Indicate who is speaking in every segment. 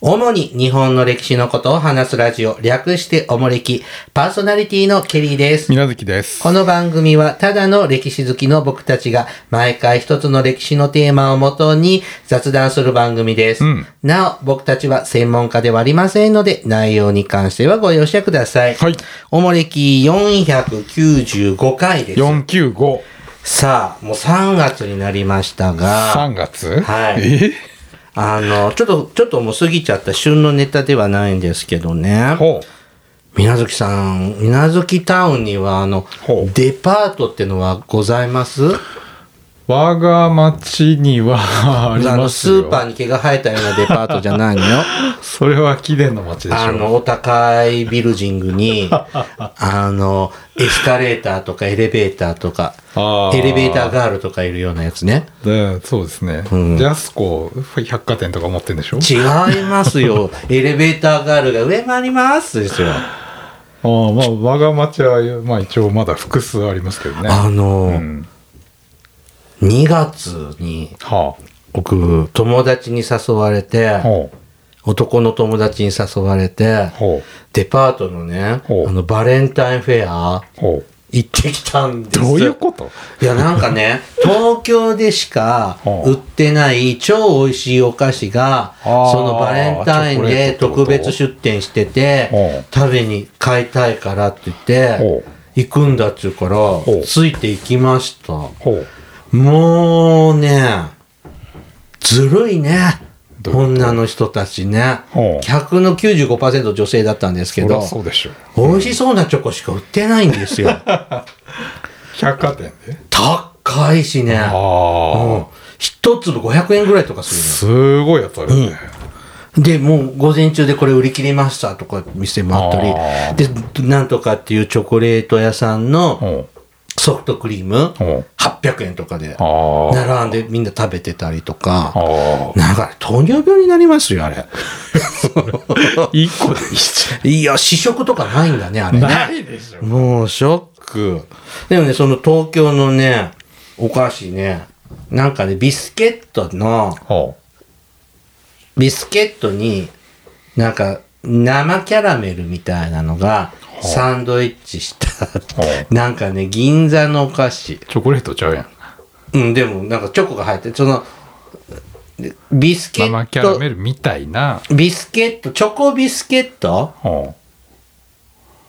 Speaker 1: 主に日本の歴史のことを話すラジオ、略しておもれき、パーソナリティのケリーです。
Speaker 2: みなずきです。
Speaker 1: この番組はただの歴史好きの僕たちが毎回一つの歴史のテーマをもとに雑談する番組です。
Speaker 2: うん
Speaker 1: なお、僕たちは専門家ではありませんので内容に関してはご容赦ください。
Speaker 2: はい。
Speaker 1: おもれき495回です。
Speaker 2: 495。
Speaker 1: さあ、もう3月になりましたが、
Speaker 2: 3月
Speaker 1: はい
Speaker 2: え
Speaker 1: あの、ちょっと、ちょっともう過ぎちゃった旬のネタではないんですけどね。
Speaker 2: ほう。
Speaker 1: みなずきさん、みなずきタウンにはあの
Speaker 2: ほ、う
Speaker 1: デパートってのはございます
Speaker 2: 我が町には あり
Speaker 1: あの
Speaker 2: ます
Speaker 1: ス
Speaker 2: よ。
Speaker 1: ーパーに毛が生えたようなデパートじゃないのよ。
Speaker 2: それは貴殿の町 でし
Speaker 1: あ
Speaker 2: ょ。
Speaker 1: の、お高いビルジング に、あの、エスカレーターとかエレベーターとか、
Speaker 2: あー
Speaker 1: エレベーターガールとかいるようなやつね。
Speaker 2: でそうですね。
Speaker 1: うん
Speaker 2: ジャスコ百貨店とか持ってんでしょ
Speaker 1: 違います よ。エレベーターガールが上回りますですよ。
Speaker 2: ああ、まあ、我が町は、まあ一応まだ複数ありますけどね。
Speaker 1: あの、
Speaker 2: うん。
Speaker 1: 2月に
Speaker 2: は
Speaker 1: 僕、友達に誘われて
Speaker 2: あ。、ほ
Speaker 1: 男の友達に誘われて
Speaker 2: う。、ほ
Speaker 1: デパートのね、あ
Speaker 2: ほう
Speaker 1: の、バレンタインフェア
Speaker 2: う。ほう。
Speaker 1: 行ってきたんですよ。
Speaker 2: どういうこと
Speaker 1: いや、なんか ね、東京でしか売ってない超美味しいお菓子が、そ
Speaker 2: あー
Speaker 1: のバレンタインで
Speaker 2: チョコ
Speaker 1: 特
Speaker 2: レートってこと
Speaker 1: 別出店してて、食べに買いたいからって言って
Speaker 2: ほ、
Speaker 1: 行くんだっちゅうから
Speaker 2: う、
Speaker 1: ついて行きました。
Speaker 2: ほう。
Speaker 1: もうね、ずるいね。
Speaker 2: どういうこと
Speaker 1: 女の人たちね
Speaker 2: ほ。う
Speaker 1: 客の95%女性だったんですけ
Speaker 2: そりゃ
Speaker 1: ど、
Speaker 2: そうでしょ。
Speaker 1: 美味しそうなチョコしか売ってないんです よ。
Speaker 2: 百貨店で。
Speaker 1: 高いしね。
Speaker 2: あ
Speaker 1: うん一粒500円ぐらいとか
Speaker 2: あ。
Speaker 1: す
Speaker 2: すごいやつあるね。
Speaker 1: るの。で、もう午前中でこれ売り切りましたとか店もあったり、で、なんとかっていうチョコレート屋さんの
Speaker 2: ほう。
Speaker 1: ソフトクリーム
Speaker 2: ほう。
Speaker 1: 800円とかで
Speaker 2: ああ。
Speaker 1: 並んでみんな食べてたりと
Speaker 2: あ
Speaker 1: か、
Speaker 2: あ。
Speaker 1: なんか糖尿病になりますよ、あれ。
Speaker 2: 一個でいいじ
Speaker 1: いや、試食とかないんだね、あ
Speaker 2: ゃ
Speaker 1: れ
Speaker 2: ん。
Speaker 1: ね。
Speaker 2: いでしょ。
Speaker 1: もうショック。でもね、その東京のね、お菓子ね、なんかね、ビスケットの、
Speaker 2: は
Speaker 1: ビスケットになんか生キャラメルみたいなのがサンドイッチした、
Speaker 2: は
Speaker 1: なんかね銀座のお菓子
Speaker 2: あ、チョコレートちゃうやん。
Speaker 1: うんでもなんかチョコが入ってるそのビスケ
Speaker 2: 生
Speaker 1: ッ
Speaker 2: キャラ
Speaker 1: ト
Speaker 2: メルみたいな。
Speaker 1: ビスケットチョコビスケット
Speaker 2: は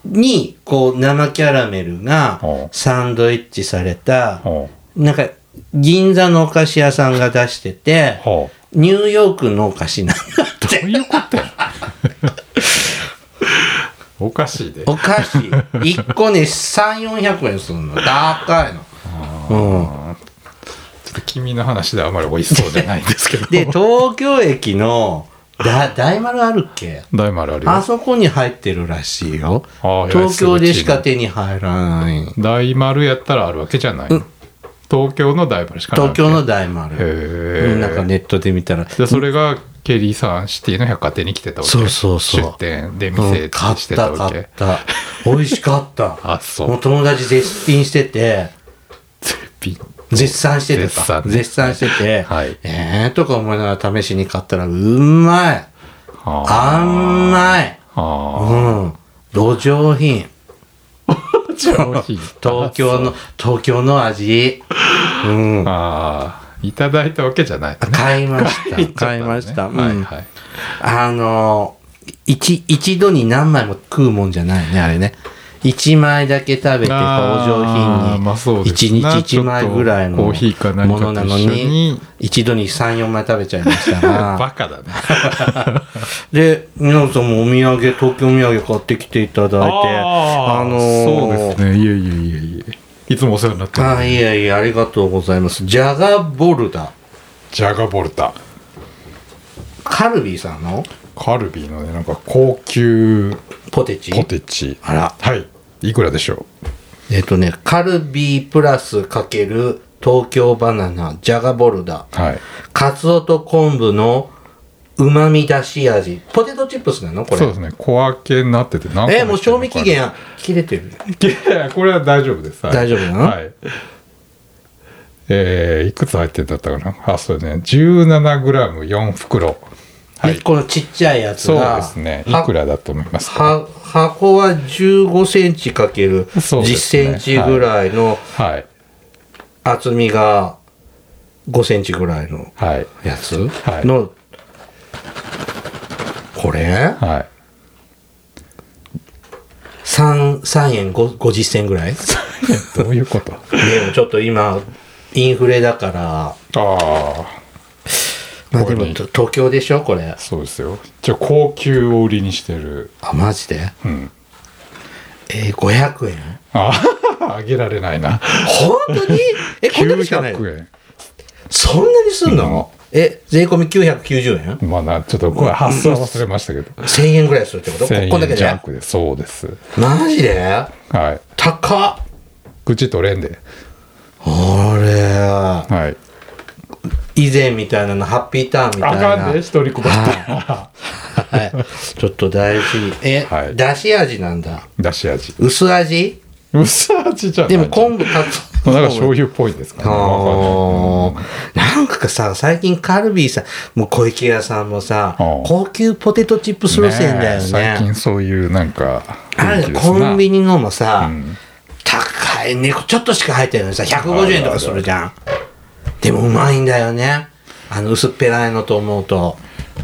Speaker 1: にこう生キャラメルが
Speaker 2: はあ
Speaker 1: サンドイッチされた
Speaker 2: あ、は
Speaker 1: なんか銀座のお菓子屋さんが出してて
Speaker 2: あ、はあ。
Speaker 1: ニューヨークのお菓子なんだっ
Speaker 2: ど
Speaker 1: て
Speaker 2: ういうことや んおかしいで。
Speaker 1: お菓子1個ね3400円するの高いの、
Speaker 2: ちょっと君の話ではあまり美味しそうじゃないんですけ
Speaker 1: う
Speaker 2: ど
Speaker 1: ん、。で東京駅のだ大丸あるっけ
Speaker 2: 大丸ある
Speaker 1: あ
Speaker 2: よ。
Speaker 1: そこに入ってるらしいよ
Speaker 2: あー
Speaker 1: 東京でしか手に入らない
Speaker 2: 大丸やったらあるわけじゃないの。東京の大丸しかない。
Speaker 1: 東京。の大丸
Speaker 2: へえ。
Speaker 1: なんかネットで見たら
Speaker 2: でそれがケリーさんシティの百貨店に来てたわけ
Speaker 1: そうそうそう
Speaker 2: 出店で
Speaker 1: う
Speaker 2: 店
Speaker 1: ん買っ
Speaker 2: してた
Speaker 1: た
Speaker 2: わ
Speaker 1: 買っ
Speaker 2: け、
Speaker 1: た美味しかった
Speaker 2: あそう
Speaker 1: もう友達絶品してて
Speaker 2: 絶品
Speaker 1: 絶賛してて
Speaker 2: 絶賛
Speaker 1: さ
Speaker 2: ね
Speaker 1: 絶賛してて、
Speaker 2: はい
Speaker 1: えーとか思いながら試しに買ったらうまい
Speaker 2: あ
Speaker 1: 甘い。
Speaker 2: あ
Speaker 1: うん。路上品。
Speaker 2: 上品
Speaker 1: 東京の、東京の味。 うん。
Speaker 2: ああいただいたわけじゃない、
Speaker 1: 買いました。買いました。うん
Speaker 2: はいはい
Speaker 1: あのー、一、一度に何枚も食うもんじゃないね、あれね。一枚だけ食べて、お
Speaker 2: あー
Speaker 1: 上品に。
Speaker 2: まあそうです
Speaker 1: 一
Speaker 2: ね
Speaker 1: 日一枚ぐらいの
Speaker 2: ちょっとコ
Speaker 1: も
Speaker 2: ーヒーか何かと
Speaker 1: のなの
Speaker 2: 一緒
Speaker 1: に
Speaker 2: に、
Speaker 1: 一度に3、4枚食べちゃいました が。
Speaker 2: バカだね
Speaker 1: で、皆さんもお土産、東京お土産買ってきていただいて、
Speaker 2: あ
Speaker 1: あ
Speaker 2: ー
Speaker 1: のー
Speaker 2: そうですねいえいえいえいえいつもお世話になって
Speaker 1: あ
Speaker 2: る
Speaker 1: いえいえありがとうございますジャガボルダ
Speaker 2: ジャガボルタ
Speaker 1: カルビーさんの
Speaker 2: カルビーのねなんか高級
Speaker 1: ポテチ
Speaker 2: ポテチ
Speaker 1: あら
Speaker 2: はいいくらでしょ
Speaker 1: えっ、とねカルビープラスかける東京バナナジャガボルダ
Speaker 2: うはい
Speaker 1: カツオと昆布のうまみだし味ポテトチップスなのこれ
Speaker 2: そうですね小分けになってて何個
Speaker 1: えーもう賞味期
Speaker 2: 入ってるのかな
Speaker 1: 限切れてる
Speaker 2: いやこれは大丈夫です、はい
Speaker 1: 大丈夫なの
Speaker 2: はいえー、いくつ入ってんだったかなあそうね 17g4 袋はい
Speaker 1: ねこのちっちゃいやつ
Speaker 2: そう
Speaker 1: が
Speaker 2: ですねい
Speaker 1: は
Speaker 2: くらだと思いますか
Speaker 1: は箱は15センチかける
Speaker 2: そう
Speaker 1: 10
Speaker 2: ですね
Speaker 1: センチぐらいの
Speaker 2: はい
Speaker 1: 厚みが5センチぐらいの
Speaker 2: はい
Speaker 1: やつ
Speaker 2: はい
Speaker 1: の、これ
Speaker 2: はい
Speaker 1: 3、3円5 50銭ぐらい
Speaker 2: どういうことあ
Speaker 1: でもちょっと今、インフレだから、
Speaker 2: あ
Speaker 1: まあ
Speaker 2: こ
Speaker 1: で
Speaker 2: れ
Speaker 1: も
Speaker 2: ね
Speaker 1: と東京でしょこれ。
Speaker 2: そうですよじゃあ高級を売りにしてる
Speaker 1: あ、マジで
Speaker 2: うん
Speaker 1: えー、500円
Speaker 2: あ ああげられないな
Speaker 1: 本当にえ、こんだけしかないの
Speaker 2: 900
Speaker 1: そんなにすんの、え、税込み990円
Speaker 2: 円まあなちょっとこれ発想忘れましたけど
Speaker 1: ?1000 円ぐらいするってことこ
Speaker 2: 1000
Speaker 1: こんだけ
Speaker 2: 円ジ
Speaker 1: で
Speaker 2: ャンクでそうです
Speaker 1: マジで
Speaker 2: はい
Speaker 1: 高っ
Speaker 2: 口取れんで
Speaker 1: あ
Speaker 2: はい
Speaker 1: れ以前みたいなのハッピーターンみたい
Speaker 2: あ
Speaker 1: な
Speaker 2: かんで一人配ったら
Speaker 1: はい、ちょっと大事え、
Speaker 2: はい
Speaker 1: だし味なんだ
Speaker 2: だし味
Speaker 1: 薄味
Speaker 2: 薄味じゃな
Speaker 1: で
Speaker 2: い
Speaker 1: も昆布かつ
Speaker 2: なんか醤油っぽいですかねわ
Speaker 1: あ
Speaker 2: かんない
Speaker 1: ーなんかさ、最近カルビーさん、もう小池屋さんもさ、
Speaker 2: うん
Speaker 1: 高級ポテトチップス路線だよ
Speaker 2: え
Speaker 1: ね。
Speaker 2: 最近そういうなんか
Speaker 1: あ
Speaker 2: 雰囲
Speaker 1: れ
Speaker 2: 気ですな
Speaker 1: コンビニのもさ、
Speaker 2: ん
Speaker 1: 高いね、ちょっとしか入ってないのにさ、150円とかするじゃん。でもうまいんだよね。あの薄っぺらいのと思うと。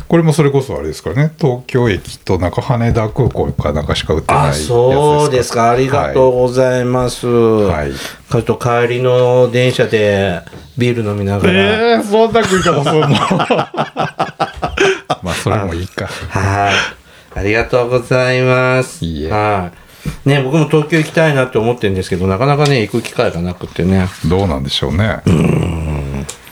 Speaker 2: これもそれこそあれですからね東京駅となんか羽田空港かなんかしか売ってない
Speaker 1: あ、
Speaker 2: やつです
Speaker 1: そうですか。ありがとうございます。ち
Speaker 2: い
Speaker 1: ょっと帰りの電車でビール飲みながら。
Speaker 2: えー、そんな食い方するの まあそれもいいか
Speaker 1: はい。ありがとうございます。
Speaker 2: いいえ
Speaker 1: はい。ね、僕も東京行きたいなって思ってるんですけど、なかなかね、行く機会がなくてね。
Speaker 2: どうなんでしょうね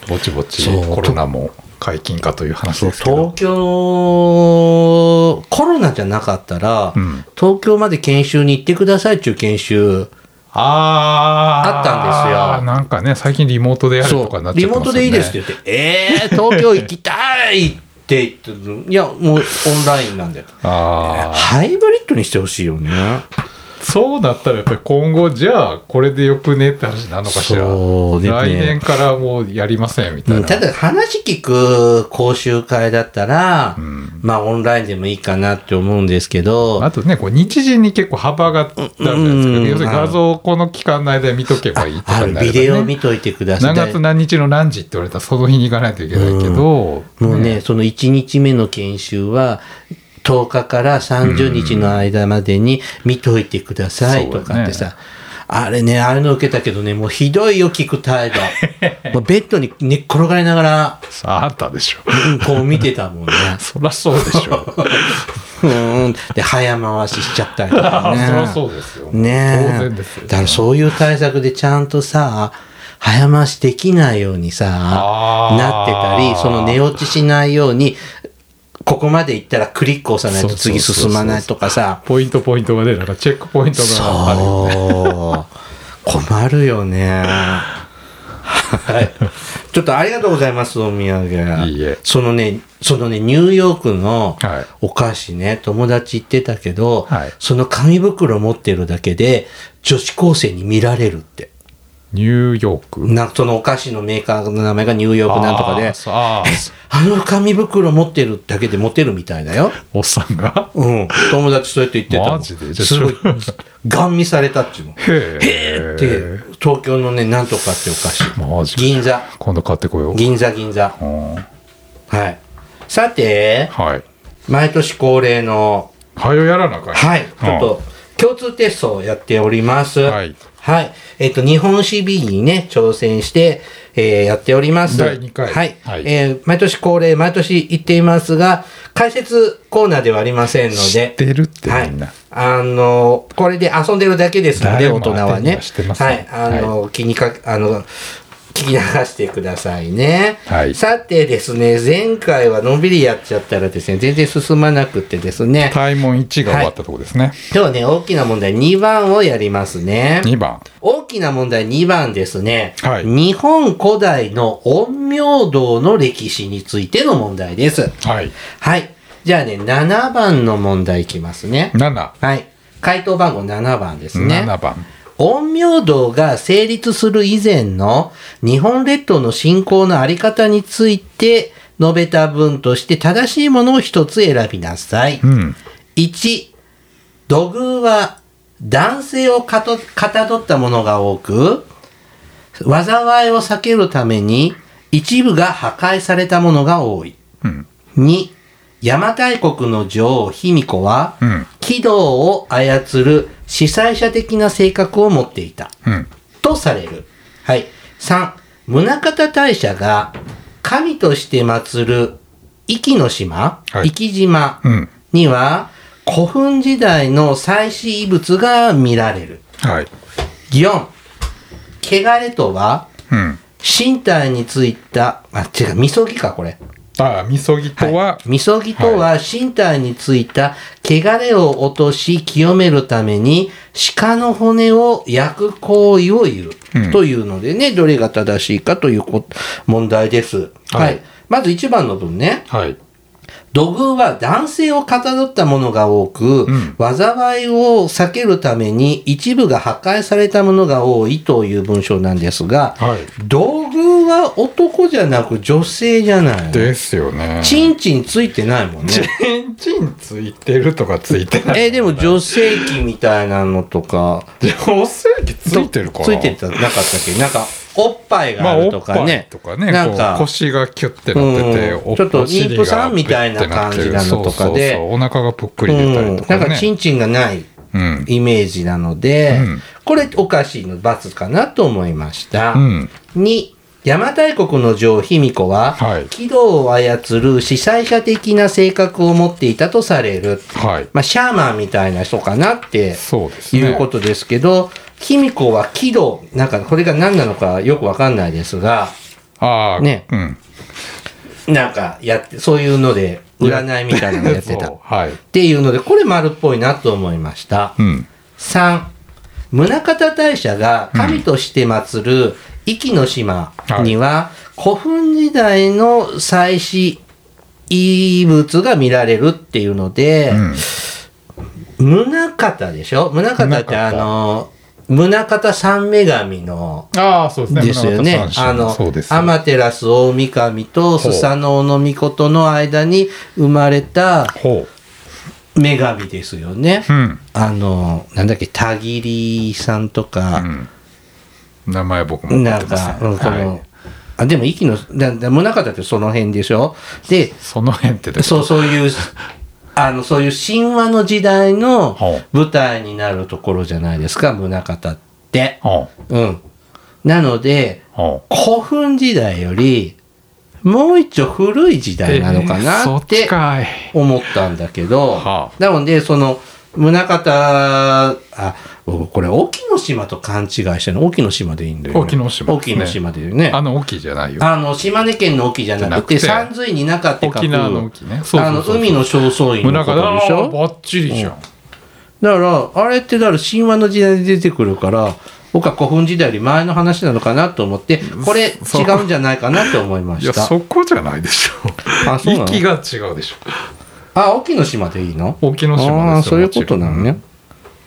Speaker 2: ぼちぼち
Speaker 1: そう
Speaker 2: コロナも解禁かという話ですけ
Speaker 1: 東
Speaker 2: ど
Speaker 1: 京、コロナじゃなかったら、
Speaker 2: うん
Speaker 1: 東京まで研修に行ってくださいっていう研修。
Speaker 2: あー
Speaker 1: あったんですよ
Speaker 2: なんかね最近リモートでやるとかになっち
Speaker 1: リ
Speaker 2: ゃって
Speaker 1: モー
Speaker 2: ますよ
Speaker 1: ト
Speaker 2: ね
Speaker 1: でいいですって言って、えー、東京行きたいって言ってる。いや、もうオンラインなんだよ。
Speaker 2: ああ
Speaker 1: ハイブリッドにしてほしいよね。
Speaker 2: そうなったらやっぱり今後じゃあこれでよくねって話になるのかしら、
Speaker 1: そうですね
Speaker 2: 来年からもうやりませんみた
Speaker 1: う
Speaker 2: い
Speaker 1: ん
Speaker 2: な、
Speaker 1: ただ話聞く講習会だったら、
Speaker 2: ん
Speaker 1: まあオンラインでもいいかなって思うんですけど、
Speaker 2: あとねこう日時に結構幅があるじゃないですか、
Speaker 1: うん
Speaker 2: 要するに画像をこの期間の間に見とけばいいと
Speaker 1: あ
Speaker 2: か
Speaker 1: る
Speaker 2: になれば、ね、
Speaker 1: ビデオ見といてください。
Speaker 2: 何月何日の何時って言われたらその日に行かないといけないけど、
Speaker 1: もうね、その1日目の研修は、10日から30日の間までに見といてくださいとかってさ、
Speaker 2: そ
Speaker 1: あれね、あれの受けたけどね、もうひどいよ、聞く態度。もうベッドに寝っ転がりながら、
Speaker 2: あんたでしょ
Speaker 1: うんこう見てたもん ね。
Speaker 2: そりゃそうでし ょ
Speaker 1: うん。で、早回ししちゃったりとか
Speaker 2: あ
Speaker 1: ね。
Speaker 2: そりゃそうですよ、
Speaker 1: ねえ
Speaker 2: 当然ですよ
Speaker 1: だからそういう対策でちゃんとさ、早回しできないようにさ、
Speaker 2: あー
Speaker 1: なってたり、その寝落ちしないように、ここまで行ったらクリック押さないと次進まないとかさ、
Speaker 2: ポイントポイントがねなんかチェックポイントがあるよね
Speaker 1: そう。困るよね。はい。ちょっとありがとうございます、お土産。
Speaker 2: いいえ
Speaker 1: そのね、そのね、ニューヨークの
Speaker 2: はい
Speaker 1: お菓子ね、友達言ってたけど、
Speaker 2: はい
Speaker 1: その紙袋持ってるだけで、女子高生に見られるって。
Speaker 2: ニューヨーク
Speaker 1: なそのお菓子のメーカーの名前がニューヨークなんとかで
Speaker 2: あー、そうあー
Speaker 1: あの紙袋持ってるだけでモテるみたいだよ。
Speaker 2: おっさんが
Speaker 1: うん。友達そうやって言ってたもん。
Speaker 2: マジでじゃあ
Speaker 1: すごい
Speaker 2: ちょ、
Speaker 1: ガン見されたっちゅうの。
Speaker 2: へ
Speaker 1: へーって、東京のね、なんとかってお菓
Speaker 2: マジ
Speaker 1: 子。
Speaker 2: か
Speaker 1: 銀座。
Speaker 2: 今度買ってこよう。
Speaker 1: 銀座、銀座。
Speaker 2: うん
Speaker 1: はい。さて、
Speaker 2: はい。
Speaker 1: 毎年恒例の、
Speaker 2: はよやらなあかん。
Speaker 1: はい、ちょっ
Speaker 2: うん
Speaker 1: と、共通テストをやっております。
Speaker 2: はい。
Speaker 1: はい。えっ、と、日本史 B にね、挑戦して、えーやっております。
Speaker 2: 第二回
Speaker 1: はい。
Speaker 2: はい
Speaker 1: えー毎年恒例、毎年言っていますが、解説コーナーではありませんの
Speaker 2: 知っ
Speaker 1: で、
Speaker 2: てるって
Speaker 1: はい
Speaker 2: みんな。。
Speaker 1: あの、これで遊んでるだけですので、
Speaker 2: 誰
Speaker 1: 大
Speaker 2: も
Speaker 1: 人はね。
Speaker 2: 当てにはしてません
Speaker 1: はい。あの、気にかけ、あの、聞き流してくださいね。
Speaker 2: はい
Speaker 1: さてですね、前回はのんびりやっちゃったらですね、全然進まなくてですね、
Speaker 2: 大問1が終わったとこですね。
Speaker 1: 今日はね、大きな問題2番をやりますね。
Speaker 2: 2番。
Speaker 1: 大きな問題2番ですね。
Speaker 2: はい
Speaker 1: 日本古代の陰陽道の歴史についての問題です。
Speaker 2: はい。
Speaker 1: はい。じゃあね、7番の問題いきますね。
Speaker 2: 7。
Speaker 1: はい。回答番号7番ですね。
Speaker 2: 7番。
Speaker 1: 陰陽道が成立する以前の日本列島の信仰のあり方について述べた文として正しいものを一つ選びなさい。
Speaker 2: うん。
Speaker 1: 1土偶は男性をかとかたどったものが多く災いを避けるために一部が破壊されたものが多い
Speaker 2: うん。
Speaker 1: 2邪馬台国の女王卑弥呼は、
Speaker 2: うん
Speaker 1: 軌道を操る主催者的な性格を持っていた
Speaker 2: うん。
Speaker 1: とされる。はい。3、宗方大社が神として祀る壱岐の島、
Speaker 2: はい
Speaker 1: 壱岐島
Speaker 2: うん
Speaker 1: には古墳時代の祭祀遺物が見られる。
Speaker 2: はい。
Speaker 1: 4、汚れとは
Speaker 2: うん。
Speaker 1: 身体についた、あ、違う、みそぎか、これ。
Speaker 2: ああ、みそぎとは、
Speaker 1: みそぎとは身体についた汚れを落とし清めるために鹿の骨を焼く行為を言う、
Speaker 2: うん
Speaker 1: というのでね、どれが正しいかというこ問題です。はい。
Speaker 2: はい
Speaker 1: まず1番の文ね。
Speaker 2: はい。
Speaker 1: 土偶は男性をかたどったものが多く、
Speaker 2: うん
Speaker 1: 災いを避けるために一部が破壊されたものが多いという文章なんですが、
Speaker 2: はい
Speaker 1: 土偶は男じゃなく女性じゃない。
Speaker 2: ですよね。
Speaker 1: チンチンついてないもんね。
Speaker 2: チンチンついてるとかついてない。
Speaker 1: えーでも女性器みたいなのとか。
Speaker 2: 女性器ついてるかな
Speaker 1: ついてた、なかったっけなんか、おっぱいが
Speaker 2: まあ、
Speaker 1: あ
Speaker 2: お
Speaker 1: る
Speaker 2: っ
Speaker 1: とか
Speaker 2: ぱい
Speaker 1: ね。
Speaker 2: とかね、
Speaker 1: なん
Speaker 2: こ
Speaker 1: か
Speaker 2: う、腰がキュッてなってて、
Speaker 1: うん
Speaker 2: お
Speaker 1: ちょっと
Speaker 2: お尻が
Speaker 1: 妊婦さんみたいな感じなのとかで
Speaker 2: そうそうそうお腹がぷっくり出た
Speaker 1: うん
Speaker 2: り
Speaker 1: な
Speaker 2: と
Speaker 1: んか
Speaker 2: か、ね。
Speaker 1: チンチンがない
Speaker 2: うん。
Speaker 1: イメージなので、
Speaker 2: うん
Speaker 1: これおかしいの、罰かなと思いました。
Speaker 2: うん。
Speaker 1: 2、邪馬台国の女王卑弥呼は、
Speaker 2: はい
Speaker 1: 軌道を操る司祭者的な性格を持っていたとされる。
Speaker 2: はい。
Speaker 1: まあ、シャーマンみたいな人かなって
Speaker 2: そうですね。
Speaker 1: いうことですけど、卑弥呼は喜怒、なんかこれが何なのかよくわかんないですが、
Speaker 2: ああ、
Speaker 1: ね
Speaker 2: うん。
Speaker 1: なんかやって、そういうので、占いみたいなのやって た。
Speaker 2: そ
Speaker 1: っ
Speaker 2: うはい。
Speaker 1: ていうので、これ丸っぽいなと思いました。
Speaker 2: うん。
Speaker 1: 3、宗像大社が神として祀る壱岐の島には、古墳時代の祭祀遺物が見られるっていうので、
Speaker 2: うん。
Speaker 1: 宗像でしょ宗像ってあの、宗像三女神の
Speaker 2: ああ、そうですね。
Speaker 1: ですよ
Speaker 2: 村
Speaker 1: ね
Speaker 2: 方。さ
Speaker 1: あ
Speaker 2: んの
Speaker 1: の
Speaker 2: そうで、す。
Speaker 1: 天照大神とスサノオノミコトの間に生まれた
Speaker 2: ほ
Speaker 1: 女神ですよね
Speaker 2: う。う。ん。
Speaker 1: あの、なんだっけ、田切さんと
Speaker 2: う
Speaker 1: か、
Speaker 2: ん。名前僕も持っ
Speaker 1: なん
Speaker 2: てませ
Speaker 1: か、うん
Speaker 2: ん。
Speaker 1: この、あでも息の、だだ宗方ってその辺でしょで、
Speaker 2: その辺ってです
Speaker 1: そう、そういう、 あの、そういう神話の時代の
Speaker 2: ほう
Speaker 1: 舞台になるところじゃないですか、宗方って。
Speaker 2: ほう
Speaker 1: うん。なので、
Speaker 2: ほう
Speaker 1: 古墳時代よりもう一丁古い時代なのか
Speaker 2: えーそ
Speaker 1: なっ
Speaker 2: っち
Speaker 1: て
Speaker 2: かい。
Speaker 1: 思ったんだけど、
Speaker 2: はあ
Speaker 1: なのでその宗方あ僕これ隠岐の島と勘違いしてるの隠岐の島でいいんだよね
Speaker 2: 隠岐の島ですね
Speaker 1: 隠岐の島でね
Speaker 2: あの、大きいじゃないよ。
Speaker 1: あの島根県の隠岐じゃなくて
Speaker 2: じゃな
Speaker 1: 三髄に中って書く
Speaker 2: 沖縄の沖ね。そう
Speaker 1: あ
Speaker 2: そう
Speaker 1: の
Speaker 2: そう
Speaker 1: 海の正倉院の
Speaker 2: 村
Speaker 1: こと
Speaker 2: 方
Speaker 1: でし
Speaker 2: ああ
Speaker 1: ょ
Speaker 2: バッチリじゃん。
Speaker 1: だからあれってだから神話の時代に出てくるから僕は古墳時代より前の話なのかなと思ってこれ違
Speaker 2: そう
Speaker 1: うんじゃないかなと思いま
Speaker 2: い
Speaker 1: し
Speaker 2: や、
Speaker 1: た。
Speaker 2: そこじゃないでしょ。
Speaker 1: あそうなの
Speaker 2: 息が違うでしょ。
Speaker 1: あ、沖の島でいいの
Speaker 2: 沖ノ島
Speaker 1: ああ
Speaker 2: で
Speaker 1: ー、
Speaker 2: すよ
Speaker 1: そういうことなのね。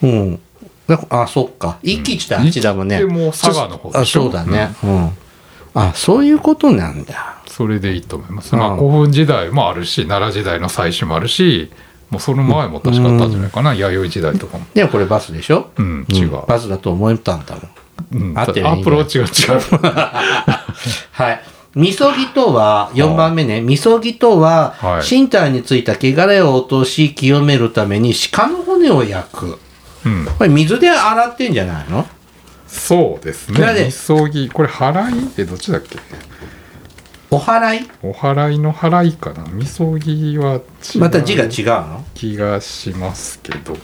Speaker 1: うん。だあ、そっか。一気ってあっちだもんね。
Speaker 2: 一気ってもう佐賀の方
Speaker 1: あ、
Speaker 2: でしょ
Speaker 1: そうだね。うん。あ、そういうことなんだ。
Speaker 2: それでいいと思います。ま
Speaker 1: う
Speaker 2: あ、
Speaker 1: ん
Speaker 2: 古墳時代もあるし、奈良時代の祭祀もあるし、もうその前も確かあったんじゃないかな、弥生時代とかも。
Speaker 1: でもこれバスでしょ
Speaker 2: うん、違う。
Speaker 1: バスだと思ったんだもん。
Speaker 2: うん
Speaker 1: 合ってるね
Speaker 2: アプローチが違 う。
Speaker 1: はい。みそぎとは、4番目ね。みそぎとは
Speaker 2: は、い
Speaker 1: 身体についた汚れを落とし、清めるために鹿の骨を焼く。
Speaker 2: うん、
Speaker 1: これ水で洗ってんじゃないの
Speaker 2: そうです
Speaker 1: なぜ
Speaker 2: ね。急ぎ、これ払いってどっちだっけ
Speaker 1: お祓い
Speaker 2: お払いの払いかな。みそぎは違う
Speaker 1: また字が違うの
Speaker 2: 気がしますけど。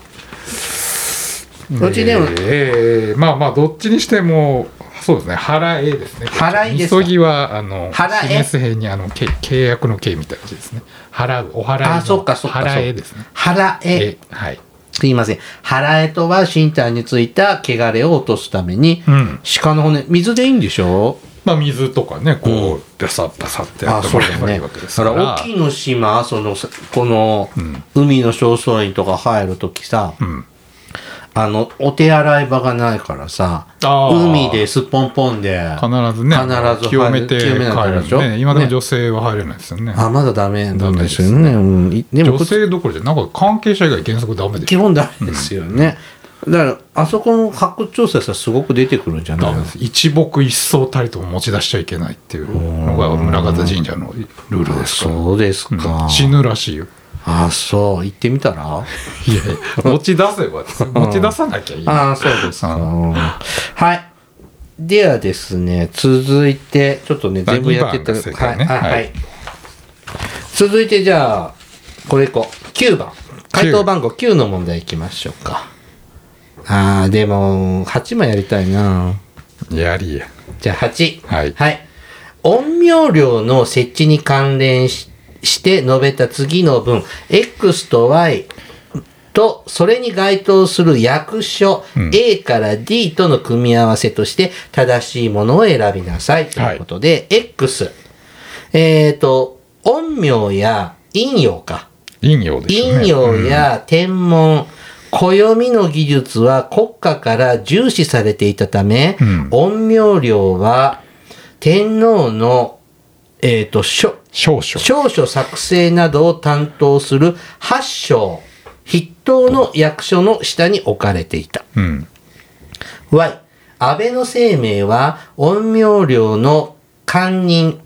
Speaker 1: どっちでも
Speaker 2: えーまあまあ、どっちにしても、そうですね、払えですね。
Speaker 1: 払えですか
Speaker 2: 急ぎは、あの、
Speaker 1: 払え
Speaker 2: 示す辺に、あの、け契約の契みたいな字ですね。払う、お払いの。
Speaker 1: あ、そっかそっか。
Speaker 2: 払えですね。
Speaker 1: 払え。
Speaker 2: え、はい。
Speaker 1: すいません。腹絵とは身体についた汚れを落とすために、
Speaker 2: うん。
Speaker 1: 鹿の骨、水でいいんでしょ
Speaker 2: まあ、水とかね、こう、ダサッダサってやってもらえばいいわけですか。
Speaker 1: だからら、沖の島、その、この、
Speaker 2: うん
Speaker 1: 海の正倉院とか入るときさ、
Speaker 2: うん。
Speaker 1: あのお手洗い場がないからさ
Speaker 2: あー
Speaker 1: 海ですっぽんぽんで
Speaker 2: 必ずね
Speaker 1: 必ず
Speaker 2: 清めて帰
Speaker 1: 清めなきゃダメ
Speaker 2: る
Speaker 1: でしょ
Speaker 2: ね今でも女性は入れないですよね
Speaker 1: あまだダメなんですよねうんいでも
Speaker 2: 女性どころじゃなんか関係者以外原則ダメでし
Speaker 1: 基
Speaker 2: ょ
Speaker 1: 本ダメですよね、だからあそこの発掘調査さすごく出てくるんじゃな
Speaker 2: ダ
Speaker 1: い
Speaker 2: メ
Speaker 1: の
Speaker 2: です一木一草たりとも持ち出しちゃいけないっていうのが村方神社のルールですから
Speaker 1: そうですか、
Speaker 2: うん死ぬらしいよ
Speaker 1: あそう行ってみたら
Speaker 2: いやい や持ち出せばですよ持ち出さなきゃいい
Speaker 1: ああ、そうですか。はい。ではですね、続いて、ちょっとね、
Speaker 2: あ
Speaker 1: 全部やってった
Speaker 2: 二番ですね
Speaker 1: はいあ
Speaker 2: はい
Speaker 1: はい。続いて、じゃあ、これいこう。9番。回答番号9の問題いきましょうか。ああ、でも、8枚やりたいな。
Speaker 2: やりや
Speaker 1: じゃあ、8。
Speaker 2: はい
Speaker 1: はい。陰陽量の設置に関連しして述べた次の文、X と Y と、それに該当する役所、A から D との組み合わせとして正しいものを選びなさいということで、X。えっ、と、陰陽や陰陽か。
Speaker 2: 陰陽ですね
Speaker 1: 陰陽や天文、暦の技術は国家から重視されていたため、
Speaker 2: うん
Speaker 1: 陰陽寮は天皇の、えー、と書
Speaker 2: 少々
Speaker 1: 証書作成などを担当する八章筆頭の役所の下に置かれていた。
Speaker 2: うん、
Speaker 1: Y、安倍の生命は陰陽寮の官人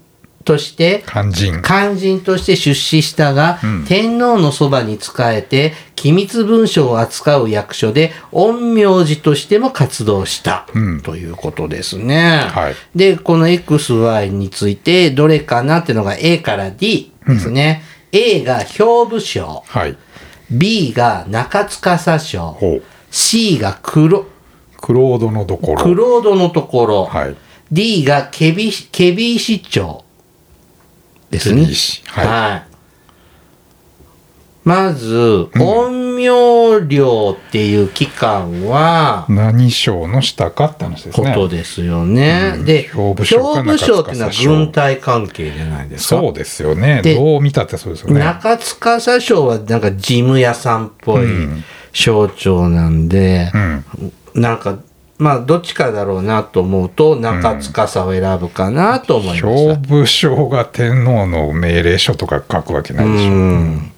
Speaker 1: として
Speaker 2: 肝心
Speaker 1: 肝心として出資したが、
Speaker 2: ん
Speaker 1: 天皇のそばに仕えて機密文書を扱う役所で陰陽師としても活動した、
Speaker 2: うん
Speaker 1: ということですね。
Speaker 2: はい
Speaker 1: でこの XY についてどれかなっていうのが A から D ですね。A が兵部省
Speaker 2: はい
Speaker 1: B が中司省
Speaker 2: ほう
Speaker 1: C が黒
Speaker 2: クロードのところ
Speaker 1: クロードのところ、
Speaker 2: はい
Speaker 1: D がケビケビ市長ですね
Speaker 2: 厳。しい
Speaker 1: はい。
Speaker 2: は、、
Speaker 1: まず、陰陽寮っていう機関はい
Speaker 2: 何章の下かって話です
Speaker 1: こ
Speaker 2: ね
Speaker 1: とですよね。で、
Speaker 2: 兵部省か
Speaker 1: 兵部省っていうのは
Speaker 2: 中司省
Speaker 1: 軍隊関係じゃないですか。
Speaker 2: そうですよね
Speaker 1: で
Speaker 2: どう見たってそうですよね
Speaker 1: 中司省はなんか事務屋さんっぽい
Speaker 2: うん
Speaker 1: 省庁なんで
Speaker 2: う、ん
Speaker 1: なんか、まあ、どっちかだろうなと思うと、中司を選ぶかなと思いました。
Speaker 2: 兵部省が天皇の命令書とか書くわけないでしょ
Speaker 1: うん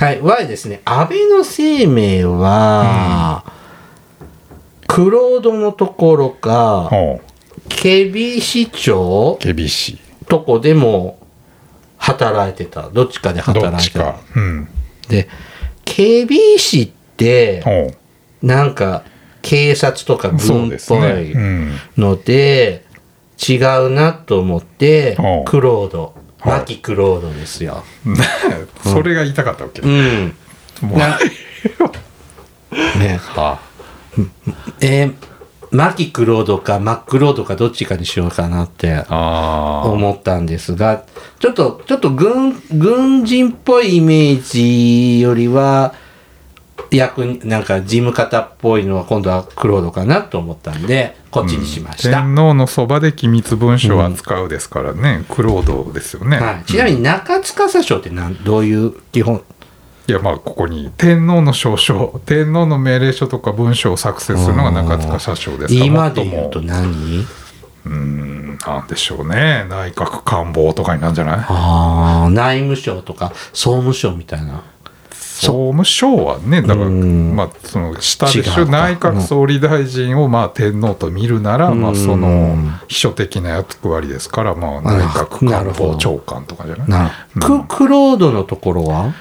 Speaker 1: はい、Y ですね。安倍の生命は、クロードのところか、
Speaker 2: ほ
Speaker 1: ケビ市長
Speaker 2: う厳しい
Speaker 1: とこでも働いてた。どっちかで
Speaker 2: どっ
Speaker 1: 働い
Speaker 2: ち
Speaker 1: てた
Speaker 2: か。うん
Speaker 1: で、ケビ市って、
Speaker 2: ほ
Speaker 1: なんか、警察とか
Speaker 2: うそう
Speaker 1: 軍っ
Speaker 2: です
Speaker 1: ぽ
Speaker 2: ね
Speaker 1: い
Speaker 2: うん
Speaker 1: ので、違うなと思って
Speaker 2: ほ、う
Speaker 1: クロード。
Speaker 2: ほう
Speaker 1: マキクロードですよ。
Speaker 2: それが言いたかったわけ
Speaker 1: うん。
Speaker 2: もう
Speaker 1: なね。
Speaker 2: は
Speaker 1: えー、マキクロードかマックロードかどっちかにしようかなって
Speaker 2: あ
Speaker 1: 思ったんですが、ちょっと、ちょっと軍、軍人っぽいイメージよりは、役に、なんか事務方っぽいのは今度はクロードかなと思ったんで、こっちにしました。
Speaker 2: 天皇のそばで機密文書を扱うですからね、苦労道ですよね、
Speaker 1: はい、ちなみに中司省ってなんどういう基本
Speaker 2: いやまあここに天皇の証書天皇の命令書とか文書を作成するのが中塚社長ですから
Speaker 1: 今で言うと
Speaker 2: もっ
Speaker 1: 何
Speaker 2: ともうんなんでしょうね内閣官房とかになるんじゃない
Speaker 1: ああ内務省とか総務省みたいな。
Speaker 2: 総務省はねだから
Speaker 1: うん
Speaker 2: まあその下でし
Speaker 1: 違うか
Speaker 2: ょ内閣総理大臣をまあ天皇と見るならま
Speaker 1: う
Speaker 2: あ
Speaker 1: ん
Speaker 2: その秘書的な役割ですからまあ内閣官房長官とかじゃない
Speaker 1: な
Speaker 2: うん
Speaker 1: ククロードのところは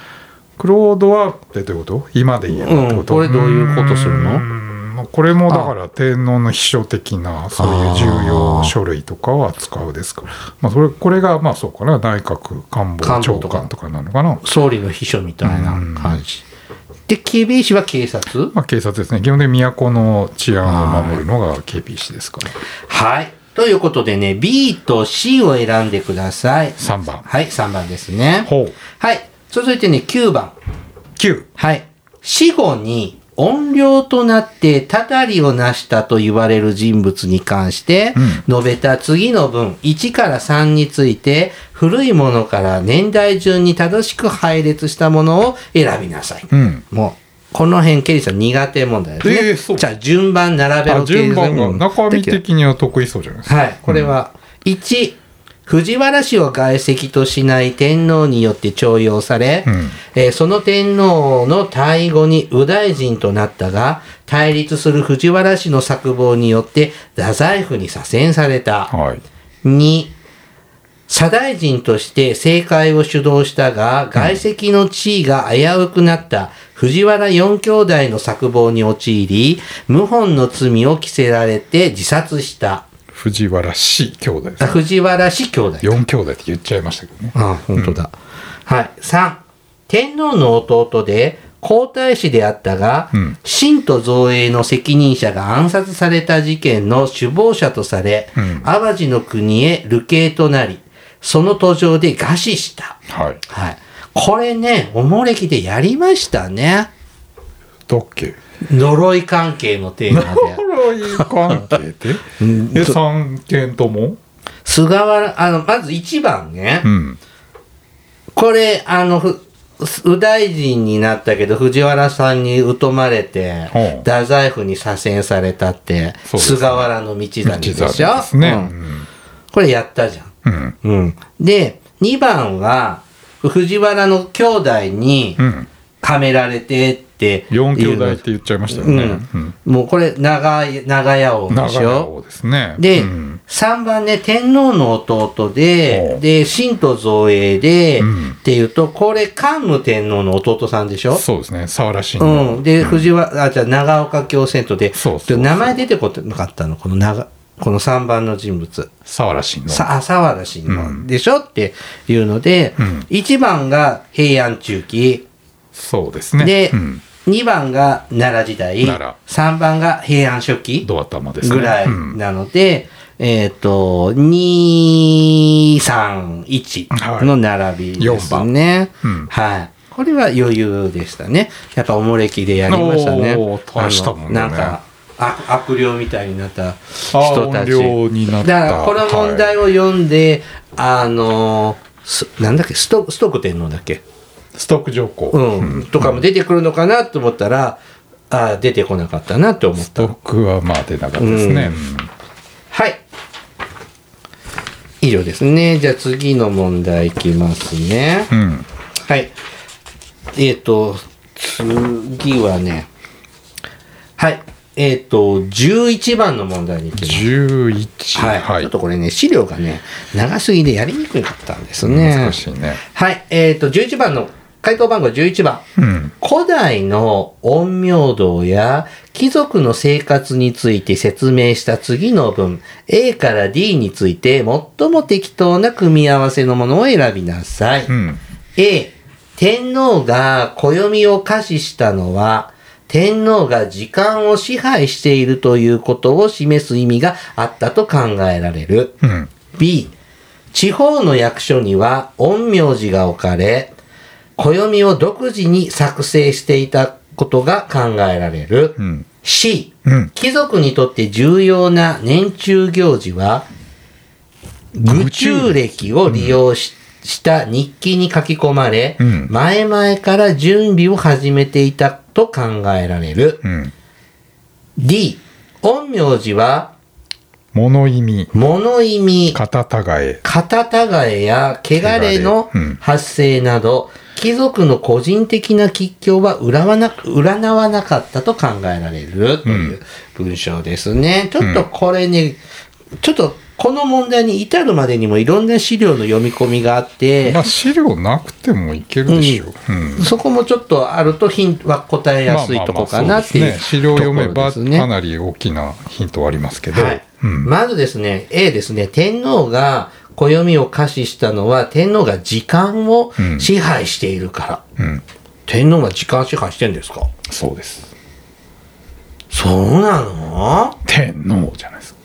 Speaker 2: クロードはえどういうこと今で言えばってこと、
Speaker 1: うんこれどういうことするの
Speaker 2: うーんこれもだから天皇の秘書的なそういう重要書類とかは扱うですからまあ、それこれがまあそうかな内閣官房長官とかなのかな
Speaker 1: 総理の秘書みたいな感じ。で、警備士は警察
Speaker 2: まあ、警察ですね基本的に都の治安を守るのが警備士ですから
Speaker 1: はい。ということでね、B と C を選んでください。
Speaker 2: 3番
Speaker 1: はい、3番ですね。
Speaker 2: ほう
Speaker 1: はい。続いてね、9番。
Speaker 2: 9
Speaker 1: はい。死後に怨霊となってたたりを成したと言われる人物に関して、述べた次の文、1から3について、古いものから年代順に正しく配列したものを選びなさい。
Speaker 2: うん
Speaker 1: もう、この辺、ケリーさん苦手問題ですね。
Speaker 2: えーそう
Speaker 1: じゃあ、順番並べろ
Speaker 2: あ順番が
Speaker 1: うん
Speaker 2: 中身的には得意そうじゃないですか。
Speaker 1: はい、これは、1、藤原氏を外籍としない天皇によって重用され、
Speaker 2: うん
Speaker 1: えーその天皇の退位後に右大臣となったが、対立する藤原氏の策謀によって、太宰府に左遷された。
Speaker 2: はい。
Speaker 1: 2左大臣として政界を主導したが外籍の地位が危うくなった藤原四兄弟の策謀に陥り謀反の罪を着せられて自殺した
Speaker 2: 藤原氏兄弟です
Speaker 1: あ
Speaker 2: ね。
Speaker 1: 藤原氏兄弟
Speaker 2: 4兄弟って言っちゃいましたけどね。
Speaker 1: あ本当だ、はい3天皇の弟で皇太子であったが、
Speaker 2: うん
Speaker 1: 信徒造営の責任者が暗殺された事件の首謀者とされ、
Speaker 2: うん
Speaker 1: 淡路の国へ流刑となりその途上で餓死した
Speaker 2: はい。
Speaker 1: はいこれねおもれきでやりましたね
Speaker 2: どっけ
Speaker 1: 呪い関係のテーマ で
Speaker 2: 呪い関係でえ、3件とも
Speaker 1: 菅原あのまず1番ね、
Speaker 2: うん。
Speaker 1: これあのふ右大臣になったけど藤原さんに疎まれて
Speaker 2: ほう
Speaker 1: 太宰府に左遷されたって、
Speaker 2: そうですね
Speaker 1: 菅原の道真でしょ
Speaker 2: 道真ですね。
Speaker 1: う
Speaker 2: うんん。
Speaker 1: これやったじゃん、
Speaker 2: うん。
Speaker 1: うん、で2番は藤原の兄弟に
Speaker 2: うん。
Speaker 1: はめられてっていうの
Speaker 2: 4兄弟って言っちゃいましたよね。うん。
Speaker 1: もうこれ長い長屋王で
Speaker 2: 長
Speaker 1: し
Speaker 2: 屋
Speaker 1: ょ
Speaker 2: 王ですね。
Speaker 1: で、
Speaker 2: うん
Speaker 1: 3番ね、天皇の弟
Speaker 2: お
Speaker 1: で、
Speaker 2: う
Speaker 1: で、神都造営で、
Speaker 2: うん
Speaker 1: っていうと、これ、桓武天皇の弟さんでしょ
Speaker 2: そうですね。沢良信の。
Speaker 1: うん。で、藤原、あ、じゃあ長岡京戦とで、
Speaker 2: そうそうそう
Speaker 1: で名前出てこなかったの、この長、この3番の人物。
Speaker 2: 沢良信の。
Speaker 1: さ、あ、沢田信
Speaker 2: う
Speaker 1: の
Speaker 2: ん
Speaker 1: でしょっていうので、
Speaker 2: うん
Speaker 1: 1番が平安中期、
Speaker 2: そうですね。
Speaker 1: で
Speaker 2: うん。
Speaker 1: 2番が奈良時代、
Speaker 2: 奈良
Speaker 1: 3番が平安初期。
Speaker 2: ドア玉ですね。
Speaker 1: ぐらい
Speaker 2: うん
Speaker 1: なので、えっ、と、2、3、1の並びですね。
Speaker 2: 四番うん
Speaker 1: はい。これは余裕でしたね。やっぱおもれきでやりましたね。
Speaker 2: おー大したもんだ
Speaker 1: あ
Speaker 2: ね
Speaker 1: のなんか悪悪霊みたいになった
Speaker 2: あ
Speaker 1: 人たち。
Speaker 2: 怨霊になった
Speaker 1: だからこの問題を読んで、あのすなんだっけストストック天皇だっけ、
Speaker 2: ストック条項。
Speaker 1: うん、とかも出てくるのかなと思ったら、あー出てこなかったなって思っ
Speaker 2: ス
Speaker 1: た
Speaker 2: トックはまあ出なかったですね。
Speaker 1: はい。以上ですね。じゃあ次の問題いきますね。
Speaker 2: うん。うん
Speaker 1: はい。えっ、と、次はね、はい。えっ、と、11番の問題に行きます。
Speaker 2: 11。
Speaker 1: はい、
Speaker 2: はい
Speaker 1: ちょっとこれね、資料がね、長すぎでやりにくかったんですね。
Speaker 2: 難しいね。
Speaker 1: はい。えっ、と、11番の、回答番号11番。
Speaker 2: うん。
Speaker 1: 古代の陰陽道や貴族の生活について説明した次の文 A から D について最も適当な組み合わせのものを選びなさい、
Speaker 2: うん。
Speaker 1: A 天皇が暦を可視したのは天皇が時間を支配しているということを示す意味があったと考えられる
Speaker 2: うん。
Speaker 1: B 地方の役所には陰陽師が置かれ暦を独自に作成していたことが考えられる、
Speaker 2: うん
Speaker 1: C
Speaker 2: うん。
Speaker 1: 貴族にとって重要な年中行事は
Speaker 2: 愚
Speaker 1: 愚
Speaker 2: 忠
Speaker 1: 忠歴を利用し,、た日記に書き込まれ、
Speaker 2: うん
Speaker 1: 前々から準備を始めていたと考えられる、
Speaker 2: うん。
Speaker 1: D 陰陽師は
Speaker 2: 物意味、
Speaker 1: 物意味
Speaker 2: 肩たがえ。
Speaker 1: 肩たがえや汚れの
Speaker 2: 汚れうん
Speaker 1: 発生など、貴族の個人的な吉凶は占わな占わなかったと考えられるという文章ですね。ちょっとこれね、ちょっとこの問題に至るまでにもいろんな資料の読み込みがあって
Speaker 2: まあ、資料なくてもいけるでしょう。うん。
Speaker 1: そこもちょっとあるとヒントは答えやすいとこかなって
Speaker 2: ま
Speaker 1: いう
Speaker 2: あまあまあそうですね資料読めば
Speaker 1: ところですね
Speaker 2: かなり大きなヒントはありますけど。
Speaker 1: はい
Speaker 2: うん。
Speaker 1: まずですね、A ですね、天皇が暦を可視したのは、天皇が時間を
Speaker 2: うん
Speaker 1: 支配しているから。
Speaker 2: うん。
Speaker 1: 天皇が時間支配してんですか
Speaker 2: そうです。
Speaker 1: そうなの
Speaker 2: 天皇じゃないですか。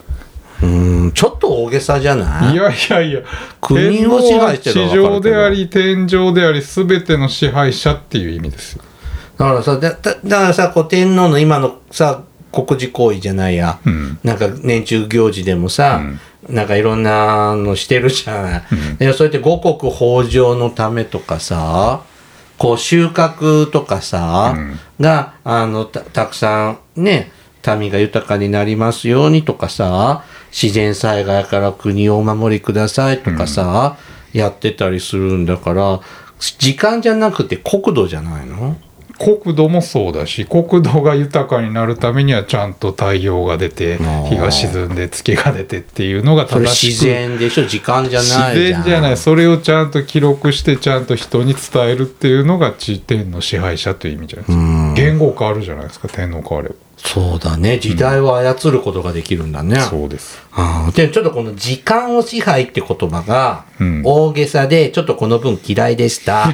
Speaker 1: うーん、ちょっと大げさじゃない
Speaker 2: いやいやいや、
Speaker 1: 国を支配してるの
Speaker 2: 天
Speaker 1: は
Speaker 2: 皇は地上であり、天上であり、すべての支配者っていう意味ですよ。
Speaker 1: だからさ、だだだからさ、こう天皇の今のさ、国事行為じゃないや。
Speaker 2: うん。
Speaker 1: なんか年中行事でもさ、なんかいろんなのしてるじゃない。でそうやって五穀豊穣のためとかさ、こう収穫とかさ、があのたたくさんね民が豊かになりますようにとかさ自然災害から国をお守りくださいとかさ、やってたりするんだから時間じゃなくて国土じゃないの
Speaker 2: 国土もそうだし国土が豊かになるためにはちゃんと太陽が出て
Speaker 1: ー
Speaker 2: 日が沈んで月が出てっていうのが
Speaker 1: それ
Speaker 2: 正し
Speaker 1: 自
Speaker 2: く
Speaker 1: 然でしょ時間じゃない
Speaker 2: 自
Speaker 1: じゃん
Speaker 2: 然じゃないそれをちゃんと記録してちゃんと人に伝えるっていうのが地天の支配者という意味じゃないですか、
Speaker 1: うん
Speaker 2: 言語変わるじゃないですか天皇変われば、
Speaker 1: そうだね時代を操ることができるんだね、
Speaker 2: そうです
Speaker 1: あーでちょっとこの「時間を支配」って言葉が
Speaker 2: うん
Speaker 1: 大げさでちょっとこの文嫌いで した、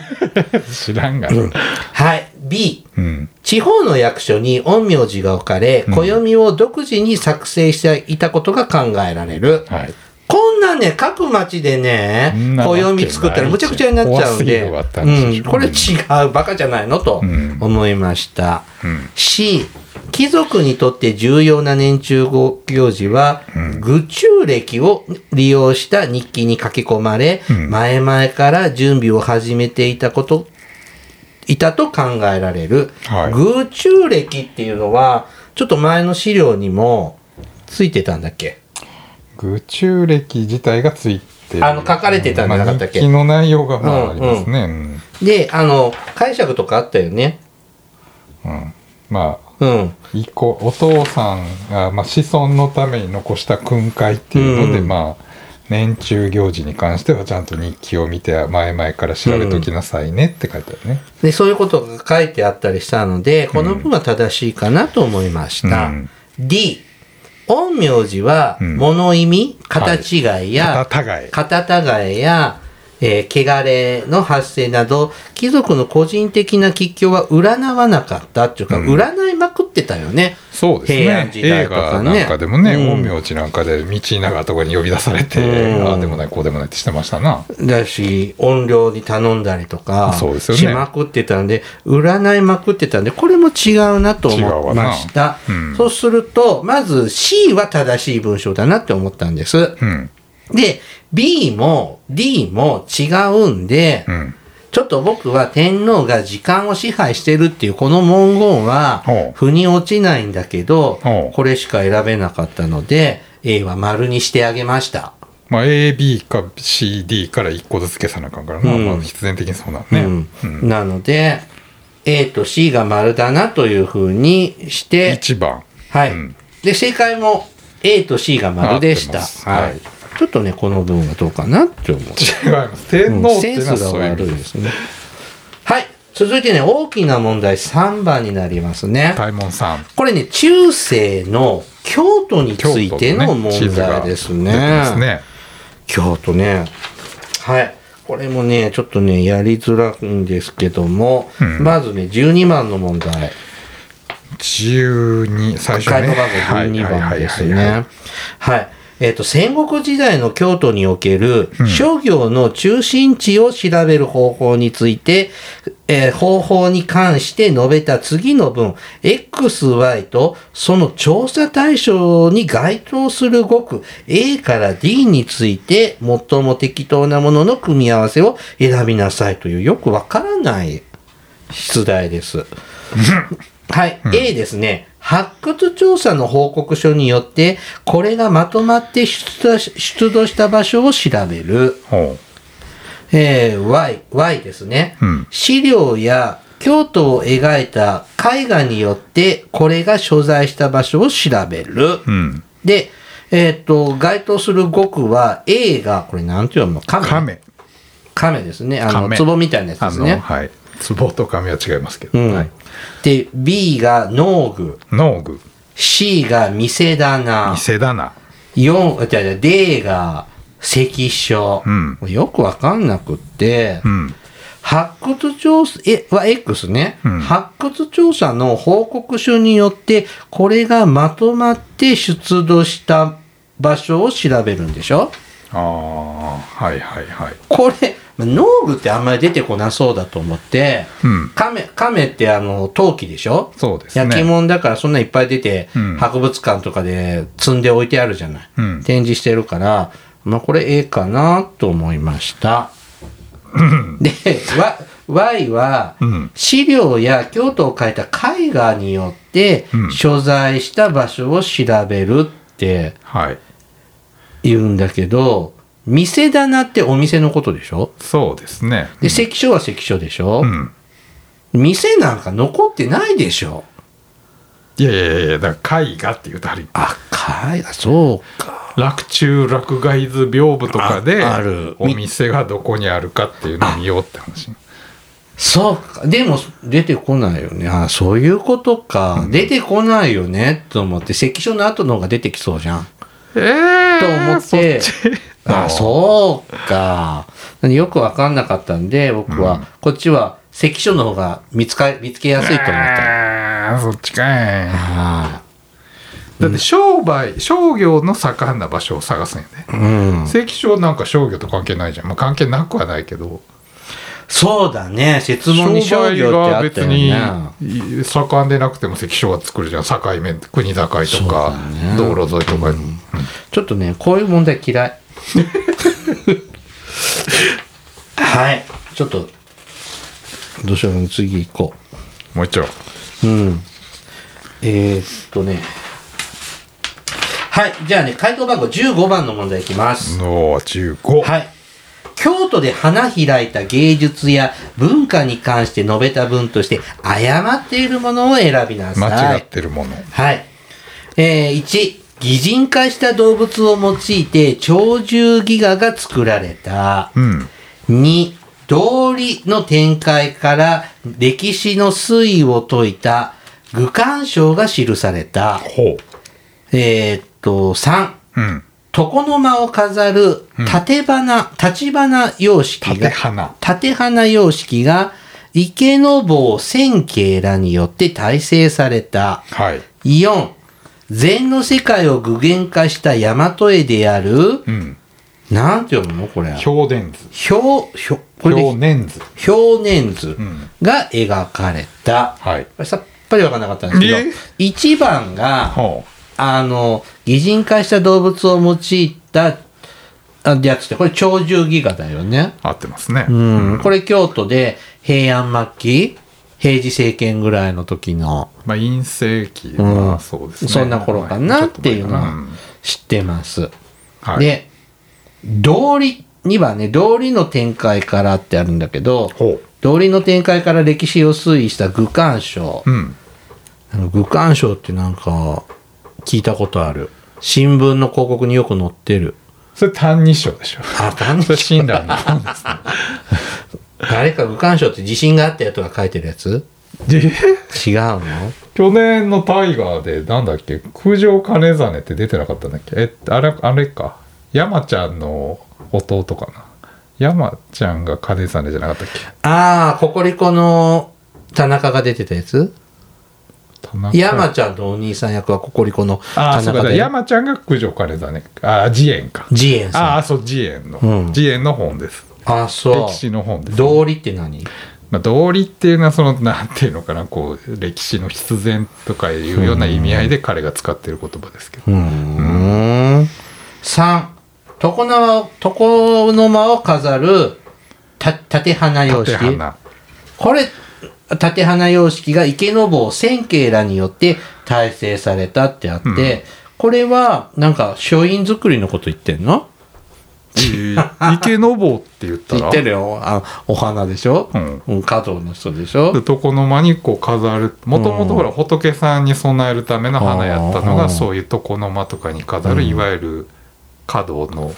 Speaker 2: 知らんが
Speaker 1: うん
Speaker 2: な
Speaker 1: はい B
Speaker 2: うん
Speaker 1: 地方の役所に陰陽師が置かれ暦を独自に作成していたことが考えられる、
Speaker 2: はい
Speaker 1: こんなんね、各町でね
Speaker 2: そん、なわけない
Speaker 1: 暦作ったらむちゃくちゃになっちゃうんで、
Speaker 2: 怖す
Speaker 1: う
Speaker 2: ぎるわ
Speaker 1: ん、これ違う、バカじゃないのと
Speaker 2: うん
Speaker 1: 思いました。
Speaker 2: うん
Speaker 1: C、貴族にとって重要な年中行事は、愚忠歴を利用した日記に書き込まれ、
Speaker 2: うん
Speaker 1: 前々から準備を始めていたこと、いたと考えられる。
Speaker 2: はい
Speaker 1: 愚忠歴っていうのは、ちょっと前の資料にもついてたんだっけ
Speaker 2: 愚忠歴自体がついてる
Speaker 1: あの書かれてたんじゃなかったっけ
Speaker 2: まあ日記の内容がまあありますね、うん
Speaker 1: で、あの、解釈とかあったよね。
Speaker 2: うんま
Speaker 1: う
Speaker 2: あ
Speaker 1: ん。
Speaker 2: 以降お父さんが、まあ、子孫のために残した訓戒っていうので、
Speaker 1: うん
Speaker 2: まあ年中行事に関してはちゃんと日記を見て前々から調べときなさいねって書いてあるね。
Speaker 1: で、そういうことが書いてあったりしたので、この文は正しいかなと思いました。
Speaker 2: うん
Speaker 1: D、陰陽字は、
Speaker 2: うん
Speaker 1: 物意味、型違いや、
Speaker 2: たがい。
Speaker 1: 型違いや、えー汚れの発生など、貴族の個人的な吉凶は占わなかったっていうか、
Speaker 2: うん
Speaker 1: 占いまくってたよね。
Speaker 2: そうです
Speaker 1: 平安
Speaker 2: ね。
Speaker 1: 時代
Speaker 2: 映
Speaker 1: とか
Speaker 2: 画
Speaker 1: ね
Speaker 2: なんかでもね、
Speaker 1: うん
Speaker 2: 陰陽師なんかで道長とかに呼び出されて、
Speaker 1: うん
Speaker 2: ああでもないこうでもないってしてましたな。
Speaker 1: だし、音量に頼んだりとか、
Speaker 2: そうですよね
Speaker 1: しまくってたんで、占いまくってたんで、これも違うなと
Speaker 2: 違う
Speaker 1: 思い
Speaker 2: わな
Speaker 1: ました。
Speaker 2: うん
Speaker 1: そうすると、まず C は正しい文章だなって思ったんです。
Speaker 2: うん。
Speaker 1: で、B も D も違うんで、
Speaker 2: うん。
Speaker 1: ちょっと僕は天皇が時間を支配してるっていうこの文言は
Speaker 2: ほう、
Speaker 1: 腑に落ちないんだけど
Speaker 2: ほ、う
Speaker 1: これしか選べなかったので、A は丸にしてあげました。
Speaker 2: まあ AB か CD から一個ずつ消さなあかんからな。
Speaker 1: うん
Speaker 2: まあ必然的にそうなんね。
Speaker 1: うん
Speaker 2: うん
Speaker 1: なので A と C が丸だなというふうにして、
Speaker 2: 一番。
Speaker 1: はい
Speaker 2: うん
Speaker 1: で正解も A と C が丸でした、
Speaker 2: 合ってます
Speaker 1: は
Speaker 2: はいい、
Speaker 1: ちょっとねこの文はどうかなって 思う
Speaker 2: 違います。天
Speaker 1: う
Speaker 2: 皇
Speaker 1: ん
Speaker 2: って
Speaker 1: セ
Speaker 2: い
Speaker 1: ン
Speaker 2: う
Speaker 1: ス
Speaker 2: の
Speaker 1: が
Speaker 2: はそういう意
Speaker 1: 悪い
Speaker 2: 味
Speaker 1: ですねはい続いてね大きな問題3番になりますね
Speaker 2: 大門さん。
Speaker 1: これね中世の京都につ
Speaker 2: 京都
Speaker 1: いての問題ですね
Speaker 2: ですね。
Speaker 1: 京都ね。はい。これもね、ちょっとね、やりづらいんですけども、
Speaker 2: うん
Speaker 1: まずね、12番の問題。
Speaker 2: 12最初
Speaker 1: 回答
Speaker 2: ね。
Speaker 1: 番号12番ですね。はいい
Speaker 2: ははいはいはい
Speaker 1: えっ、と、戦国時代の京都における商業の中心地を調べる方法について、えー方法に関して述べた次の文、XY とその調査対象に該当する語句 A から D について最も適当なものの組み合わせを選びなさいというよくわからない出題です。はい、A ですね。発掘調査の報告書によって、これがまとまって出土し出土した場所を調べる。
Speaker 2: ほう
Speaker 1: えー Y、Y ですね。
Speaker 2: うん
Speaker 1: 資料や京都を描いた絵画によって、これが所在した場所を調べる。
Speaker 2: うん。
Speaker 1: で、えっ、と、該当する語句は、A が、これなんて読むの亀
Speaker 2: 亀。
Speaker 1: 亀ですね。あの、
Speaker 2: 亀
Speaker 1: 壺みたいなやつで
Speaker 2: あ
Speaker 1: す
Speaker 2: の、
Speaker 1: ね。
Speaker 2: はい。壺と亀は違いますけ
Speaker 1: う
Speaker 2: ど。
Speaker 1: ん。
Speaker 2: はい。
Speaker 1: で、B が農具。
Speaker 2: 農具。
Speaker 1: C が店棚。
Speaker 2: 店棚。
Speaker 1: 四あ、じゃじゃ D が石書。
Speaker 2: うん
Speaker 1: よくわかんなくって、
Speaker 2: うん。
Speaker 1: 発掘調査、え、は X ね、
Speaker 2: うん
Speaker 1: 発掘調査の報告書によって、これがまとまって出土した場所を調べるんでしょ
Speaker 2: ああ、はいはいはい。
Speaker 1: これ、農具ってあんまり出てこなそうだと思って、
Speaker 2: うん。
Speaker 1: 亀、亀ってあの、陶器でしょ
Speaker 2: そうですね。
Speaker 1: 焼き物だからそんないっぱい出て、
Speaker 2: うん
Speaker 1: 博物館とかで積んで置いてあるじゃない。
Speaker 2: うん
Speaker 1: 展示してるから、 まあこれええかなと思いました。で、わ、 Y は
Speaker 2: うん
Speaker 1: 資料や京都を変えた絵画によって
Speaker 2: うん
Speaker 1: 所在した場所を調べるって
Speaker 2: はい
Speaker 1: 言うんだけど店棚ってお店のことでしょ
Speaker 2: そうですね
Speaker 1: で関所は関所でしょ、
Speaker 2: うん
Speaker 1: 店なんか残ってないでしょ
Speaker 2: いやいやいやだから絵画って言うとあれ
Speaker 1: あ絵画そうか
Speaker 2: 洛中洛外図屏風とかで
Speaker 1: あある
Speaker 2: お店がどこにあるかっていうのを見ようって話
Speaker 1: そうかでも出てこないよねあそういうことか、出てこないよねと思って関所の後の方が出てきそうじゃん
Speaker 2: ええ
Speaker 1: と思って、あ
Speaker 2: あ
Speaker 1: そうかよく分かんなかったんで僕は、こっちは関所の方が見つか見つけやすいと思った、
Speaker 2: あーそっちかい
Speaker 1: あ
Speaker 2: だって商売商業の盛んな場所を探すんやね
Speaker 1: あうん、
Speaker 2: 関所なんか商業と関係ないじゃん、まあ、関係なくはないけど
Speaker 1: そうだね説問に商業ってあったよ
Speaker 2: 商売
Speaker 1: ね
Speaker 2: が別に盛んでなくても関所は作るじゃん境面国境とか、
Speaker 1: そうだね
Speaker 2: 道路沿いとかに、
Speaker 1: ちょっとねこういう問題嫌いはいちょっとどうしよう次行こう
Speaker 2: もう一丁
Speaker 1: うん。えー、っとね。はい。じゃあね、回答番号15番の問題いきます。
Speaker 2: の15
Speaker 1: はい。京都で花開いた芸術や文化に関して述べた文として、誤っているものを選びなさい。
Speaker 2: 間違ってるもの、
Speaker 1: はい。えー、1、擬人化した動物を用いて、鳥獣戯画が作られた。
Speaker 2: うん
Speaker 1: 2道理の展開から歴史の推移を解いた愚官賞が記された。
Speaker 2: ほ
Speaker 1: えーっと、3
Speaker 2: ううん
Speaker 1: 床の間を飾る縦花、立花様式が
Speaker 2: 縦、花
Speaker 1: 縦花様式が池の坊千景らによって大成された。
Speaker 2: はい
Speaker 1: 4禅の世界を具現化した大和絵である、
Speaker 2: うん
Speaker 1: なんて読むのこれ。表、
Speaker 2: 表伝図
Speaker 1: 表、これで
Speaker 2: 表年図
Speaker 1: 表年図
Speaker 2: ん
Speaker 1: が描かれた。
Speaker 2: はい
Speaker 1: これさっぱりわかんなかったんですけど
Speaker 2: え、
Speaker 1: 1番が、
Speaker 2: ほ
Speaker 1: あの、擬人化した動物を用いたあやつって、これ鳥獣戯画だよね。
Speaker 2: う合ってますね、
Speaker 1: うん。これ京都で平安末期、平治政権ぐらいの時の、
Speaker 2: まあ陰性期
Speaker 1: う
Speaker 2: は
Speaker 1: ん
Speaker 2: そうですね、
Speaker 1: そんな頃かなっていうの
Speaker 2: は
Speaker 1: は知ってます。
Speaker 2: はい、
Speaker 1: で、道理、2番ね、道理の展開からってあるんだけど、
Speaker 2: ほ
Speaker 1: 道理の展開から歴史を推移した愚官賞
Speaker 2: う、うん、
Speaker 1: あの愚官賞ってなんか聞いたことある新聞の広告によく載ってる
Speaker 2: それ単二章でしょ
Speaker 1: あ単二章
Speaker 2: それ親鸞の本ですね
Speaker 1: 誰か愚官賞って自信があったやつが書いてるやつ
Speaker 2: で
Speaker 1: 違うの
Speaker 2: 去年のタイガーでなんだっけ九条兼実って出てなかったんだっけえあれあれか山ちゃんの弟かな山ちゃんが兼実じゃなかったっけ
Speaker 1: ああココリコの田中が出てたやつ
Speaker 2: 田中
Speaker 1: 山ちゃんのお兄さん役はココリコの
Speaker 2: あ
Speaker 1: 田
Speaker 2: あそう
Speaker 1: 中
Speaker 2: かだ
Speaker 1: で
Speaker 2: 山ちゃんが九条兼実ねああ慈円か
Speaker 1: ジエンさん
Speaker 2: あ
Speaker 1: あ
Speaker 2: あそう慈円の
Speaker 1: うん
Speaker 2: 慈円の本です
Speaker 1: あ
Speaker 2: 歴
Speaker 1: そ
Speaker 2: 史の本で
Speaker 1: う
Speaker 2: す
Speaker 1: 道理って何
Speaker 2: まあ、道理っていうのはそのなんていうのかなこう歴史の必然とかいうような意味合いで彼が使ってる言葉ですけど、
Speaker 1: うーん3床の間を床の間を飾るた縦花様式
Speaker 2: 縦花
Speaker 1: これ、縦花様式が池坊千景らによって大成されたってあって、
Speaker 2: うん
Speaker 1: これは、なんか、書院作りのこと言ってんの
Speaker 2: えー池の坊って言っ た
Speaker 1: 言
Speaker 2: ら
Speaker 1: ってるよ。あお花でしょ、
Speaker 2: うん
Speaker 1: うん、華道の人でしょ
Speaker 2: 床の間にこう飾るもともとほら仏さんに備えるための花やったの
Speaker 1: あー
Speaker 2: がそういう床の間とかに飾る、いわゆる華道の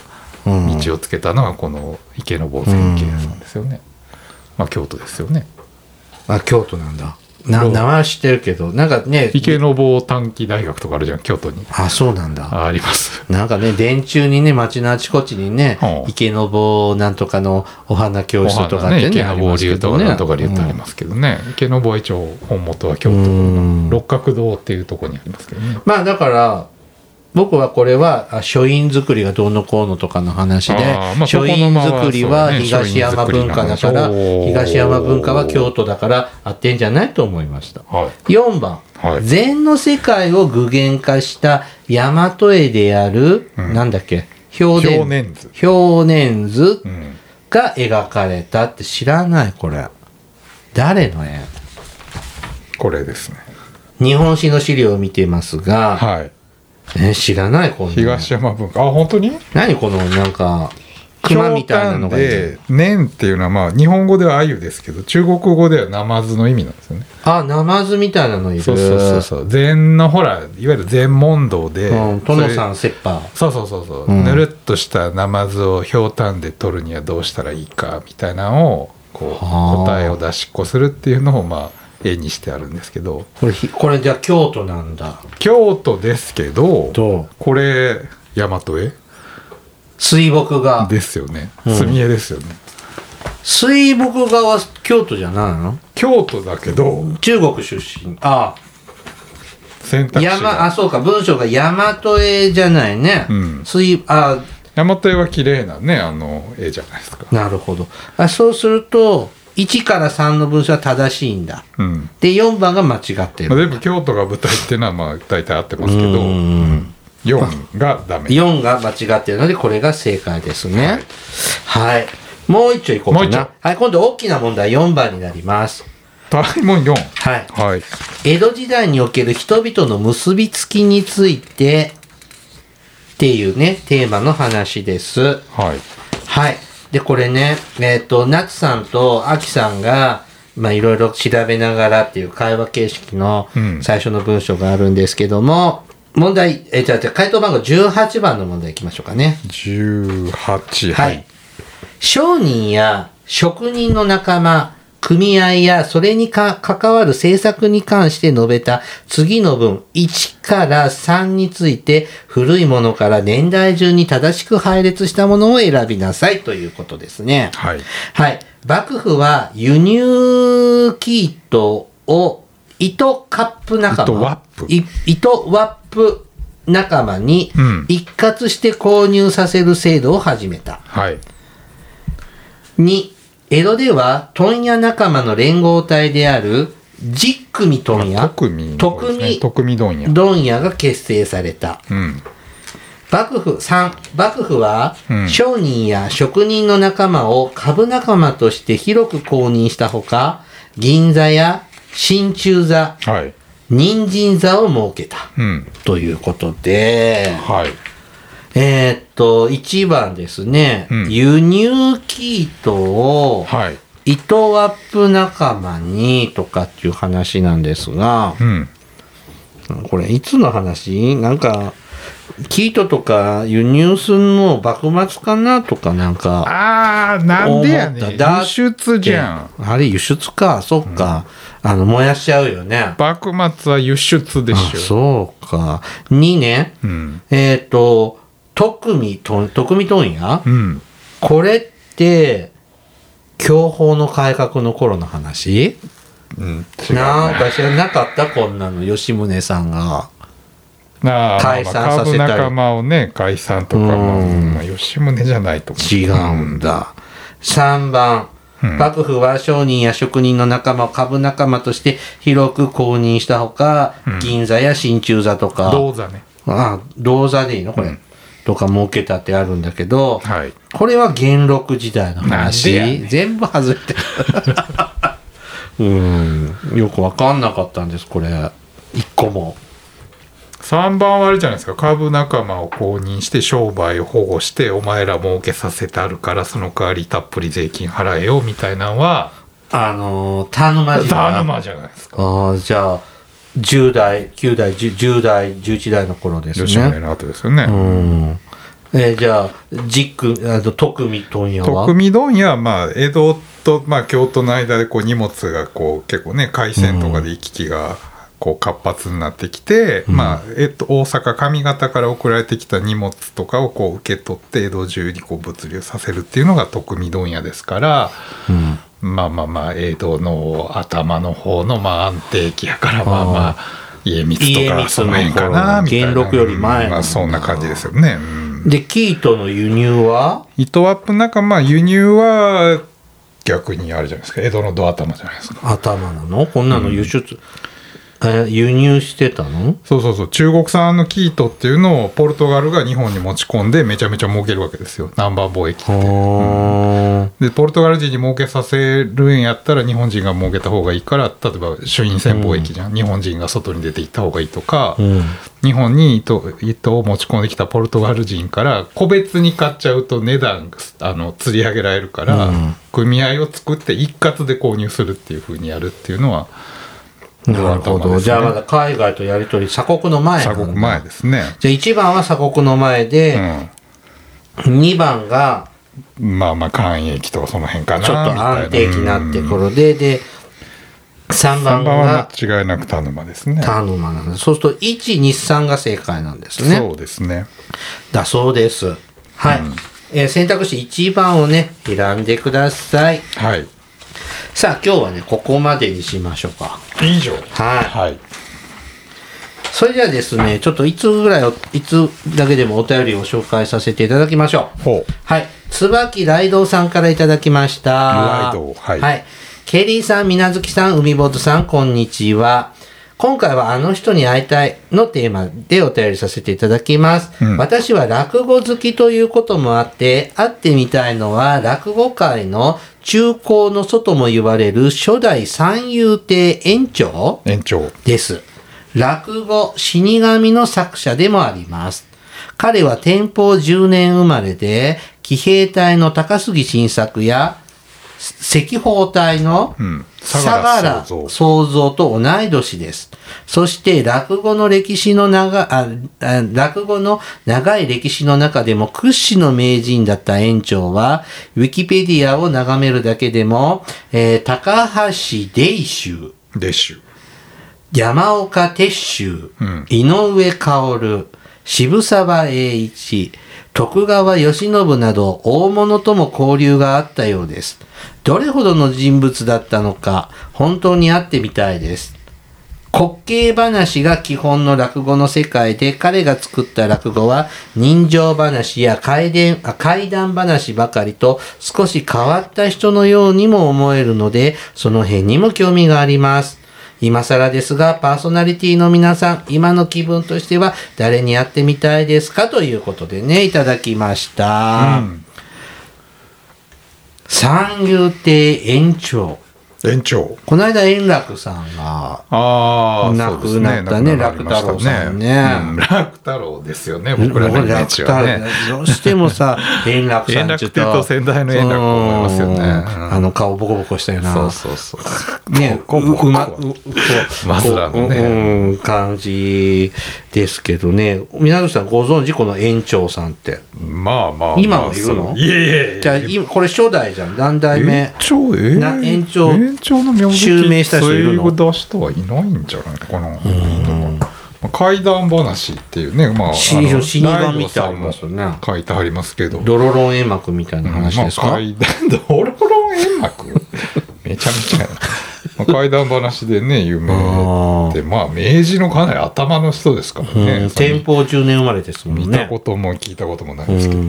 Speaker 1: うん
Speaker 2: 道をつけたのがこの池の坊千景さんですよね、まあ京都ですよね
Speaker 1: あ、京都なんだ。な、
Speaker 2: そう
Speaker 1: 名前は知ってるけど、なんかね、
Speaker 2: 池の坊短期大学とかあるじゃん京都に
Speaker 1: あ、そうなんだ。
Speaker 2: ああります
Speaker 1: なんかね、電柱にね、街のあちこちにね
Speaker 2: う、ん
Speaker 1: 池坊なんとかのお花教室とかってね、
Speaker 2: 池
Speaker 1: あ
Speaker 2: の
Speaker 1: り
Speaker 2: 坊
Speaker 1: ますけ
Speaker 2: 流と
Speaker 1: ど
Speaker 2: か
Speaker 1: ね
Speaker 2: なんとか流ってありますけどね、池の坊は一応本元は京
Speaker 1: う
Speaker 2: 都、
Speaker 1: ん
Speaker 2: 六角堂っていうところにありますけどね
Speaker 1: まあだから僕はこれはあ書院作りがどうのこうのとかの話で、
Speaker 2: あーまあ
Speaker 1: 書院作りは
Speaker 2: ここのまあそうね
Speaker 1: 東山文化だから、
Speaker 2: 書院作りなんでしょう
Speaker 1: 東山文化は京都だから合ってんじゃないと思いました。
Speaker 2: はい
Speaker 1: 4番、
Speaker 2: はい
Speaker 1: 禅の世界を具現化した大和絵である、
Speaker 2: うん
Speaker 1: なんだっけ表
Speaker 2: 表
Speaker 1: 年
Speaker 2: 年図、
Speaker 1: 表年図
Speaker 2: うん、
Speaker 1: が描かれたって知らないこれ。誰の絵
Speaker 2: これですね
Speaker 1: 日本史の資料を見てますが、
Speaker 2: はい
Speaker 1: え知らないこんなの
Speaker 2: 東山文化あ本当に
Speaker 1: 何このなんか熊みたいなのがいる
Speaker 2: で「年」っていうのはまあ日本語では鮎ですけど中国語ではナマズの意味なんですよね
Speaker 1: あナマズみたいなのいる
Speaker 2: そうそうそうそう禅のほらいわゆる禅問答で、
Speaker 1: うん、殿さんセッパー
Speaker 2: そうそうそうそう、
Speaker 1: うん
Speaker 2: ぬるっとしたナマズをひょうたんで取るにはどうしたらいいかみたいなのをこう
Speaker 1: はあ
Speaker 2: 答えを出しっこするっていうのをまあ絵にしてあるんですけど
Speaker 1: これひこれじゃあ京都なんだ
Speaker 2: 京都ですけど
Speaker 1: と
Speaker 2: これ大和絵
Speaker 1: 水墨画
Speaker 2: ですよね
Speaker 1: うん
Speaker 2: 墨絵ですよね、
Speaker 1: 水墨画は京都じゃないの
Speaker 2: 京都だけど
Speaker 1: 中国出身あ
Speaker 2: 選択肢
Speaker 1: 山あ
Speaker 2: が
Speaker 1: そうか文章が大和絵じゃないね、
Speaker 2: うん
Speaker 1: 水あ
Speaker 2: 大和絵は綺麗なねあの絵じゃないですか
Speaker 1: なるほどあそうすると1から3の文章は正しいんだ
Speaker 2: うん
Speaker 1: で4番が間違って
Speaker 2: まあ、
Speaker 1: る
Speaker 2: 全部京都が舞台っていうのはまあ大体合ってますけど、
Speaker 1: うん
Speaker 2: 4がダメ
Speaker 1: 4が間違ってるのでこれが正解ですねはい、もう一丁いこうか
Speaker 2: もう一
Speaker 1: な
Speaker 2: 丁
Speaker 1: はい今度大きな問題4番になります
Speaker 2: 大門4
Speaker 1: はい
Speaker 2: はい
Speaker 1: 江戸時代における人々の結びつきについてっていうねテーマの話です
Speaker 2: はい
Speaker 1: はい。で、これね、えっ、と、夏さんと秋さんが、まあ、いろいろ調べながらっていう会話形式の
Speaker 2: うん
Speaker 1: 最初の文章があるんですけども、問題、えーじゃあ、じゃあ回答番号18番の問題いきましょうかね。
Speaker 2: 18
Speaker 1: はい。商人や職人の仲間、組合やそれにか関わる政策に関して述べた次の文1から3について古いものから年代順に正しく配列したものを選びなさいということですね。
Speaker 2: はい
Speaker 1: はい。幕府は輸入キートを糸カップ仲
Speaker 2: 糸ワ
Speaker 1: 間
Speaker 2: ップ
Speaker 1: い糸ワップ仲間に
Speaker 2: うん
Speaker 1: 一括して購入させる制度を始めた。
Speaker 2: はい
Speaker 1: 2江戸では問屋仲間の連合体である10組問屋
Speaker 2: 特見
Speaker 1: 特見
Speaker 2: 特見問屋
Speaker 1: 問屋が結成された
Speaker 2: うん
Speaker 1: 幕府3幕府は、
Speaker 2: うん
Speaker 1: 商人や職人の仲間を株仲間として広く公認したほか銀座や真鍮座
Speaker 2: はい
Speaker 1: 人参座を設けた
Speaker 2: うん
Speaker 1: ということで
Speaker 2: はい
Speaker 1: えーっと1番ですね、
Speaker 2: うん
Speaker 1: 輸入キートを、
Speaker 2: はい
Speaker 1: 伊藤ワップ仲間にとかっていう話なんですが、
Speaker 2: うん
Speaker 1: これいつの話なんか、キートとか輸入すんの幕末かなとかなんか。
Speaker 2: あーなんでやね
Speaker 1: 思っ
Speaker 2: ん
Speaker 1: ただ
Speaker 2: 輸出じゃん
Speaker 1: あれ輸出か、そっか。あの、燃やしちゃうよね。
Speaker 2: 幕末は輸出で
Speaker 1: あ
Speaker 2: しょ
Speaker 1: そうか。にね、
Speaker 2: うん
Speaker 1: えっ、と、徳見とん、徳見問屋、
Speaker 2: うん
Speaker 1: これって、享保の改革の頃の話
Speaker 2: うん違う
Speaker 1: なん
Speaker 2: ね
Speaker 1: か知らなかったこんなの、吉宗さんが。
Speaker 2: なあ
Speaker 1: 解散させたり
Speaker 2: まあ株仲間をね解散とかまあ
Speaker 1: うん
Speaker 2: まあ吉宗じゃないと思う
Speaker 1: 違うんだ。3番。
Speaker 2: うん
Speaker 1: 幕府は商人や職人の仲間を株仲間として広く公認したほか、
Speaker 2: うん
Speaker 1: 銀座や真鍮座とか、
Speaker 2: 銅座ね
Speaker 1: あ銅座でいいのこれ、とか設けたってあるんだけど、
Speaker 2: はい
Speaker 1: これは元禄時代の話。
Speaker 2: なんでやねん
Speaker 1: 全部外れてる。うん。よくわかんなかったんです、これ。一個も。
Speaker 2: 3番はあれじゃないですか株仲間を公認して商売を保護してお前ら儲けさせてあるからその代わりたっぷり税金払えよみたいなのは
Speaker 1: あのー、田沼時代。
Speaker 2: ダーヌマじゃないですか
Speaker 1: ああ、じゃあ、10代、9代、10, 10代、11代の頃です
Speaker 2: 吉宗
Speaker 1: ね。
Speaker 2: の後ですよね、
Speaker 1: うん。えーじゃあ、ジック、あの、徳見問屋は
Speaker 2: 徳見問屋はまあ江戸とまあ京都の間でこう荷物がこう結構ね海鮮とかで行き来がこう活発になってきて、
Speaker 1: うん
Speaker 2: まあえっと大阪上方から送られてきた荷物とかをこう受け取って江戸中にこう物流させるっていうのが徳見問屋ですから。
Speaker 1: うん。
Speaker 2: まあまあまあ江戸の頭の方のまあ安定期やからまあまあ家光と
Speaker 1: 家
Speaker 2: か
Speaker 1: 光
Speaker 2: その辺か
Speaker 1: の頃
Speaker 2: なみたいな
Speaker 1: 元禄より前
Speaker 2: まあそんな感じですよね、うん、
Speaker 1: で、キートの輸入は
Speaker 2: 糸ワップなんかまあ輸入は逆にあれじゃないですか江戸のドア頭じゃないですか
Speaker 1: 頭なのこんなの輸出。え輸入してたの
Speaker 2: そうそうそう中国産の生糸っていうのをポルトガルが日本に持ち込んでめちゃめちゃ儲けるわけですよ南蛮貿易
Speaker 1: ほー
Speaker 2: でポルトガル人に儲けさせるんやったら日本人が儲けた方がいいから例えば朱印船貿易じゃん、日本人が外に出て行った方がいいとか、
Speaker 1: うん
Speaker 2: 日本に糸糸を持ち込んできたポルトガル人から個別に買っちゃうと値段あの釣り上げられるから、
Speaker 1: うん
Speaker 2: 組合を作って一括で購入するっていうふうにやるっていうのは
Speaker 1: なるほ
Speaker 2: ドア頭です
Speaker 1: ど、
Speaker 2: ね
Speaker 1: じゃあまだ海外とやり取り鎖国の前なん
Speaker 2: 鎖
Speaker 1: だ
Speaker 2: 国前ですね。
Speaker 1: じゃあ1番は鎖国の前で、2番が
Speaker 2: うん、まあまあ簡易とかその辺かな
Speaker 1: ちょっと安定期になってころで、で3
Speaker 2: 3
Speaker 1: 番
Speaker 2: 番は
Speaker 1: が
Speaker 2: 間違いなく田沼ですね
Speaker 1: タヌマなんですそうすると123が正解なんですね
Speaker 2: そうですね
Speaker 1: だそうですはい、えー選択肢1番をね選んでください
Speaker 2: はい
Speaker 1: さあ今日はねここまでにしましょうか
Speaker 2: 以上
Speaker 1: はい
Speaker 2: はい
Speaker 1: それじゃあですねちょっといつぐらいをいつだけでもお便りを紹介させていただきましょう
Speaker 2: ほう
Speaker 1: はい。椿ライドウさんからいただきました。
Speaker 2: ライドウはい
Speaker 1: ケリーさん、みなずきさん、海坊主さん、こんにちは。今回はあの人に会いたいのテーマでお便りさせていただきます。
Speaker 2: うん
Speaker 1: 私は落語好きということもあって、会ってみたいのは落語界の中高の祖とも言われる初代三遊亭園長
Speaker 2: 延長
Speaker 1: です。落語、死神の作者でもあります。彼は天保10年生まれで、騎兵隊の高杉晋作や、赤報隊の
Speaker 2: うん
Speaker 1: 相良
Speaker 2: 相良
Speaker 1: 創造と同い年です。そして落語の歴史の長ああ落語の長い歴史の中でも屈指の名人だった園長は、ウィキペディアを眺めるだけでも、えー高橋デイ秀、
Speaker 2: デシュ
Speaker 1: 山岡鉄舟、
Speaker 2: うん
Speaker 1: 井上薫、渋沢栄一、徳川慶喜など大物とも交流があったようです。どれほどの人物だったのか、本当に会ってみたいです。滑稽話が基本の落語の世界で彼が作った落語は人情話や怪談あ怪談話ばかりと少し変わった人のようにも思えるのでその辺にも興味があります。今更ですがパーソナリティの皆さん今の気分としては誰に会ってみたいですかということでねいただきました。
Speaker 2: うん
Speaker 1: 三遊亭園長。
Speaker 2: 延長
Speaker 1: この間円楽さんが
Speaker 2: ああ
Speaker 1: 亡くなったね楽太郎さんね
Speaker 2: うん、楽太郎ですよね僕らのイメージは
Speaker 1: もう
Speaker 2: ね
Speaker 1: 楽太郎どうしても さ、円楽さんちょっと。
Speaker 2: 円楽っていうと先代の円楽を思いますよね
Speaker 1: そう
Speaker 2: うん
Speaker 1: あの顔ボコボコしたよな。
Speaker 2: そうそうそう
Speaker 1: ね、
Speaker 2: こうこうこう
Speaker 1: うま、う、こう、
Speaker 2: マズラのね
Speaker 1: こううん、感じですけどね。皆さんご存知この園長さんって。
Speaker 2: まあまあまあ
Speaker 1: 今もいるの
Speaker 2: そういやいやいや
Speaker 1: じゃあ、今、これ初代じゃん。何代目
Speaker 2: 延。長えー
Speaker 1: な延長
Speaker 2: 延長の名字
Speaker 1: 襲名した人いるの
Speaker 2: 追い出したはいないんじゃないかな、まあ怪談話っていうねまあ
Speaker 1: 死
Speaker 2: あの
Speaker 1: 死神ってありますよね
Speaker 2: ライドさんも書いてありますけど
Speaker 1: ドロロン煙幕みたいな
Speaker 2: まあ
Speaker 1: 話ですか、
Speaker 2: 怪談 ドロロン煙 幕めちゃめちゃやな、まあ、怪談話でね有名でまあ明治のかなり頭の人ですからね、
Speaker 1: うん、
Speaker 2: その
Speaker 1: 天保10年生まれですもんね。
Speaker 2: 見たことも聞いたこともないですけど、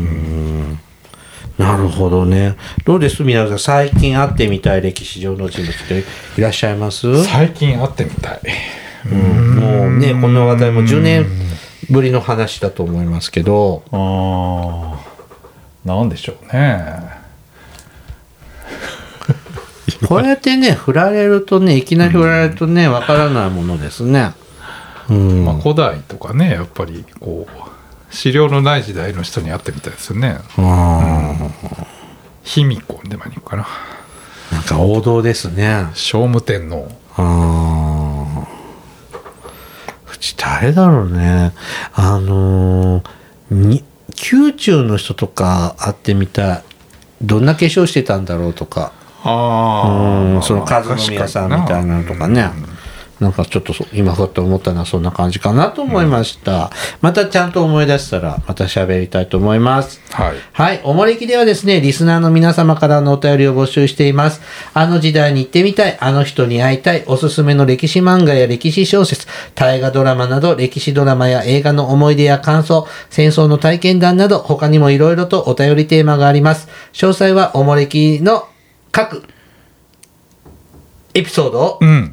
Speaker 1: なるほどね。どうです皆さん、最近会ってみたい歴史上の人物っていらっしゃいます
Speaker 2: 最近会ってみたい
Speaker 1: うんもうね、この話題も10年ぶりの話だと思いますけど、
Speaker 2: あーなんでしょうね
Speaker 1: こうやってね、振られるとね、いきなり振られるとね、わからないものですね。うん。
Speaker 2: まあ、古代とかねやっぱりこう資料のない時代の人に会ってみたいですよね
Speaker 1: あ
Speaker 2: 卑弥呼でもいいのかな
Speaker 1: ーなんか王道ですね。
Speaker 2: 聖武天皇
Speaker 1: あーうち誰だろうねあのーに宮中の人とか会ってみたいどんな化粧してたんだろうとかう
Speaker 2: あ
Speaker 1: んその和宮さんみたいなのとかねなんかちょっとそ今ふっと思ったのはそんな感じかなと思いました、またちゃんと思い出したらまた喋りたいと思います
Speaker 2: はい
Speaker 1: はい。おもれきではですね、リスナーの皆様からのお便りを募集しています。あの時代に行ってみたい、あの人に会いたい、おすすめの歴史漫画や歴史小説、大河ドラマなど、歴史ドラマや映画の思い出や感想、戦争の体験談など、他にもいろいろとお便りテーマがあります。詳細はおもれきの各エピソードを
Speaker 2: うん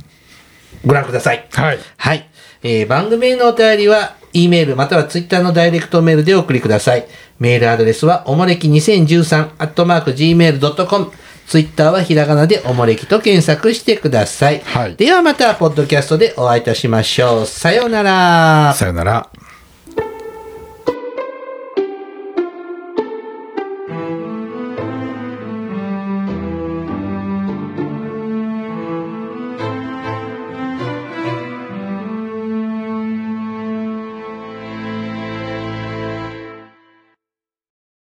Speaker 1: ご覧ください。
Speaker 2: はい。
Speaker 1: はい。えー番組へのお便りは、E メールまたは Twitter のダイレクトメールでお送りください。メールアドレスは、おもれき2013、アットマーク、gmail.com。Twitter はひらがなでおもれきと検索してください。
Speaker 2: はい
Speaker 1: ではまた、ポッドキャストでお会いいたしましょう。さようなら。
Speaker 2: さよなら。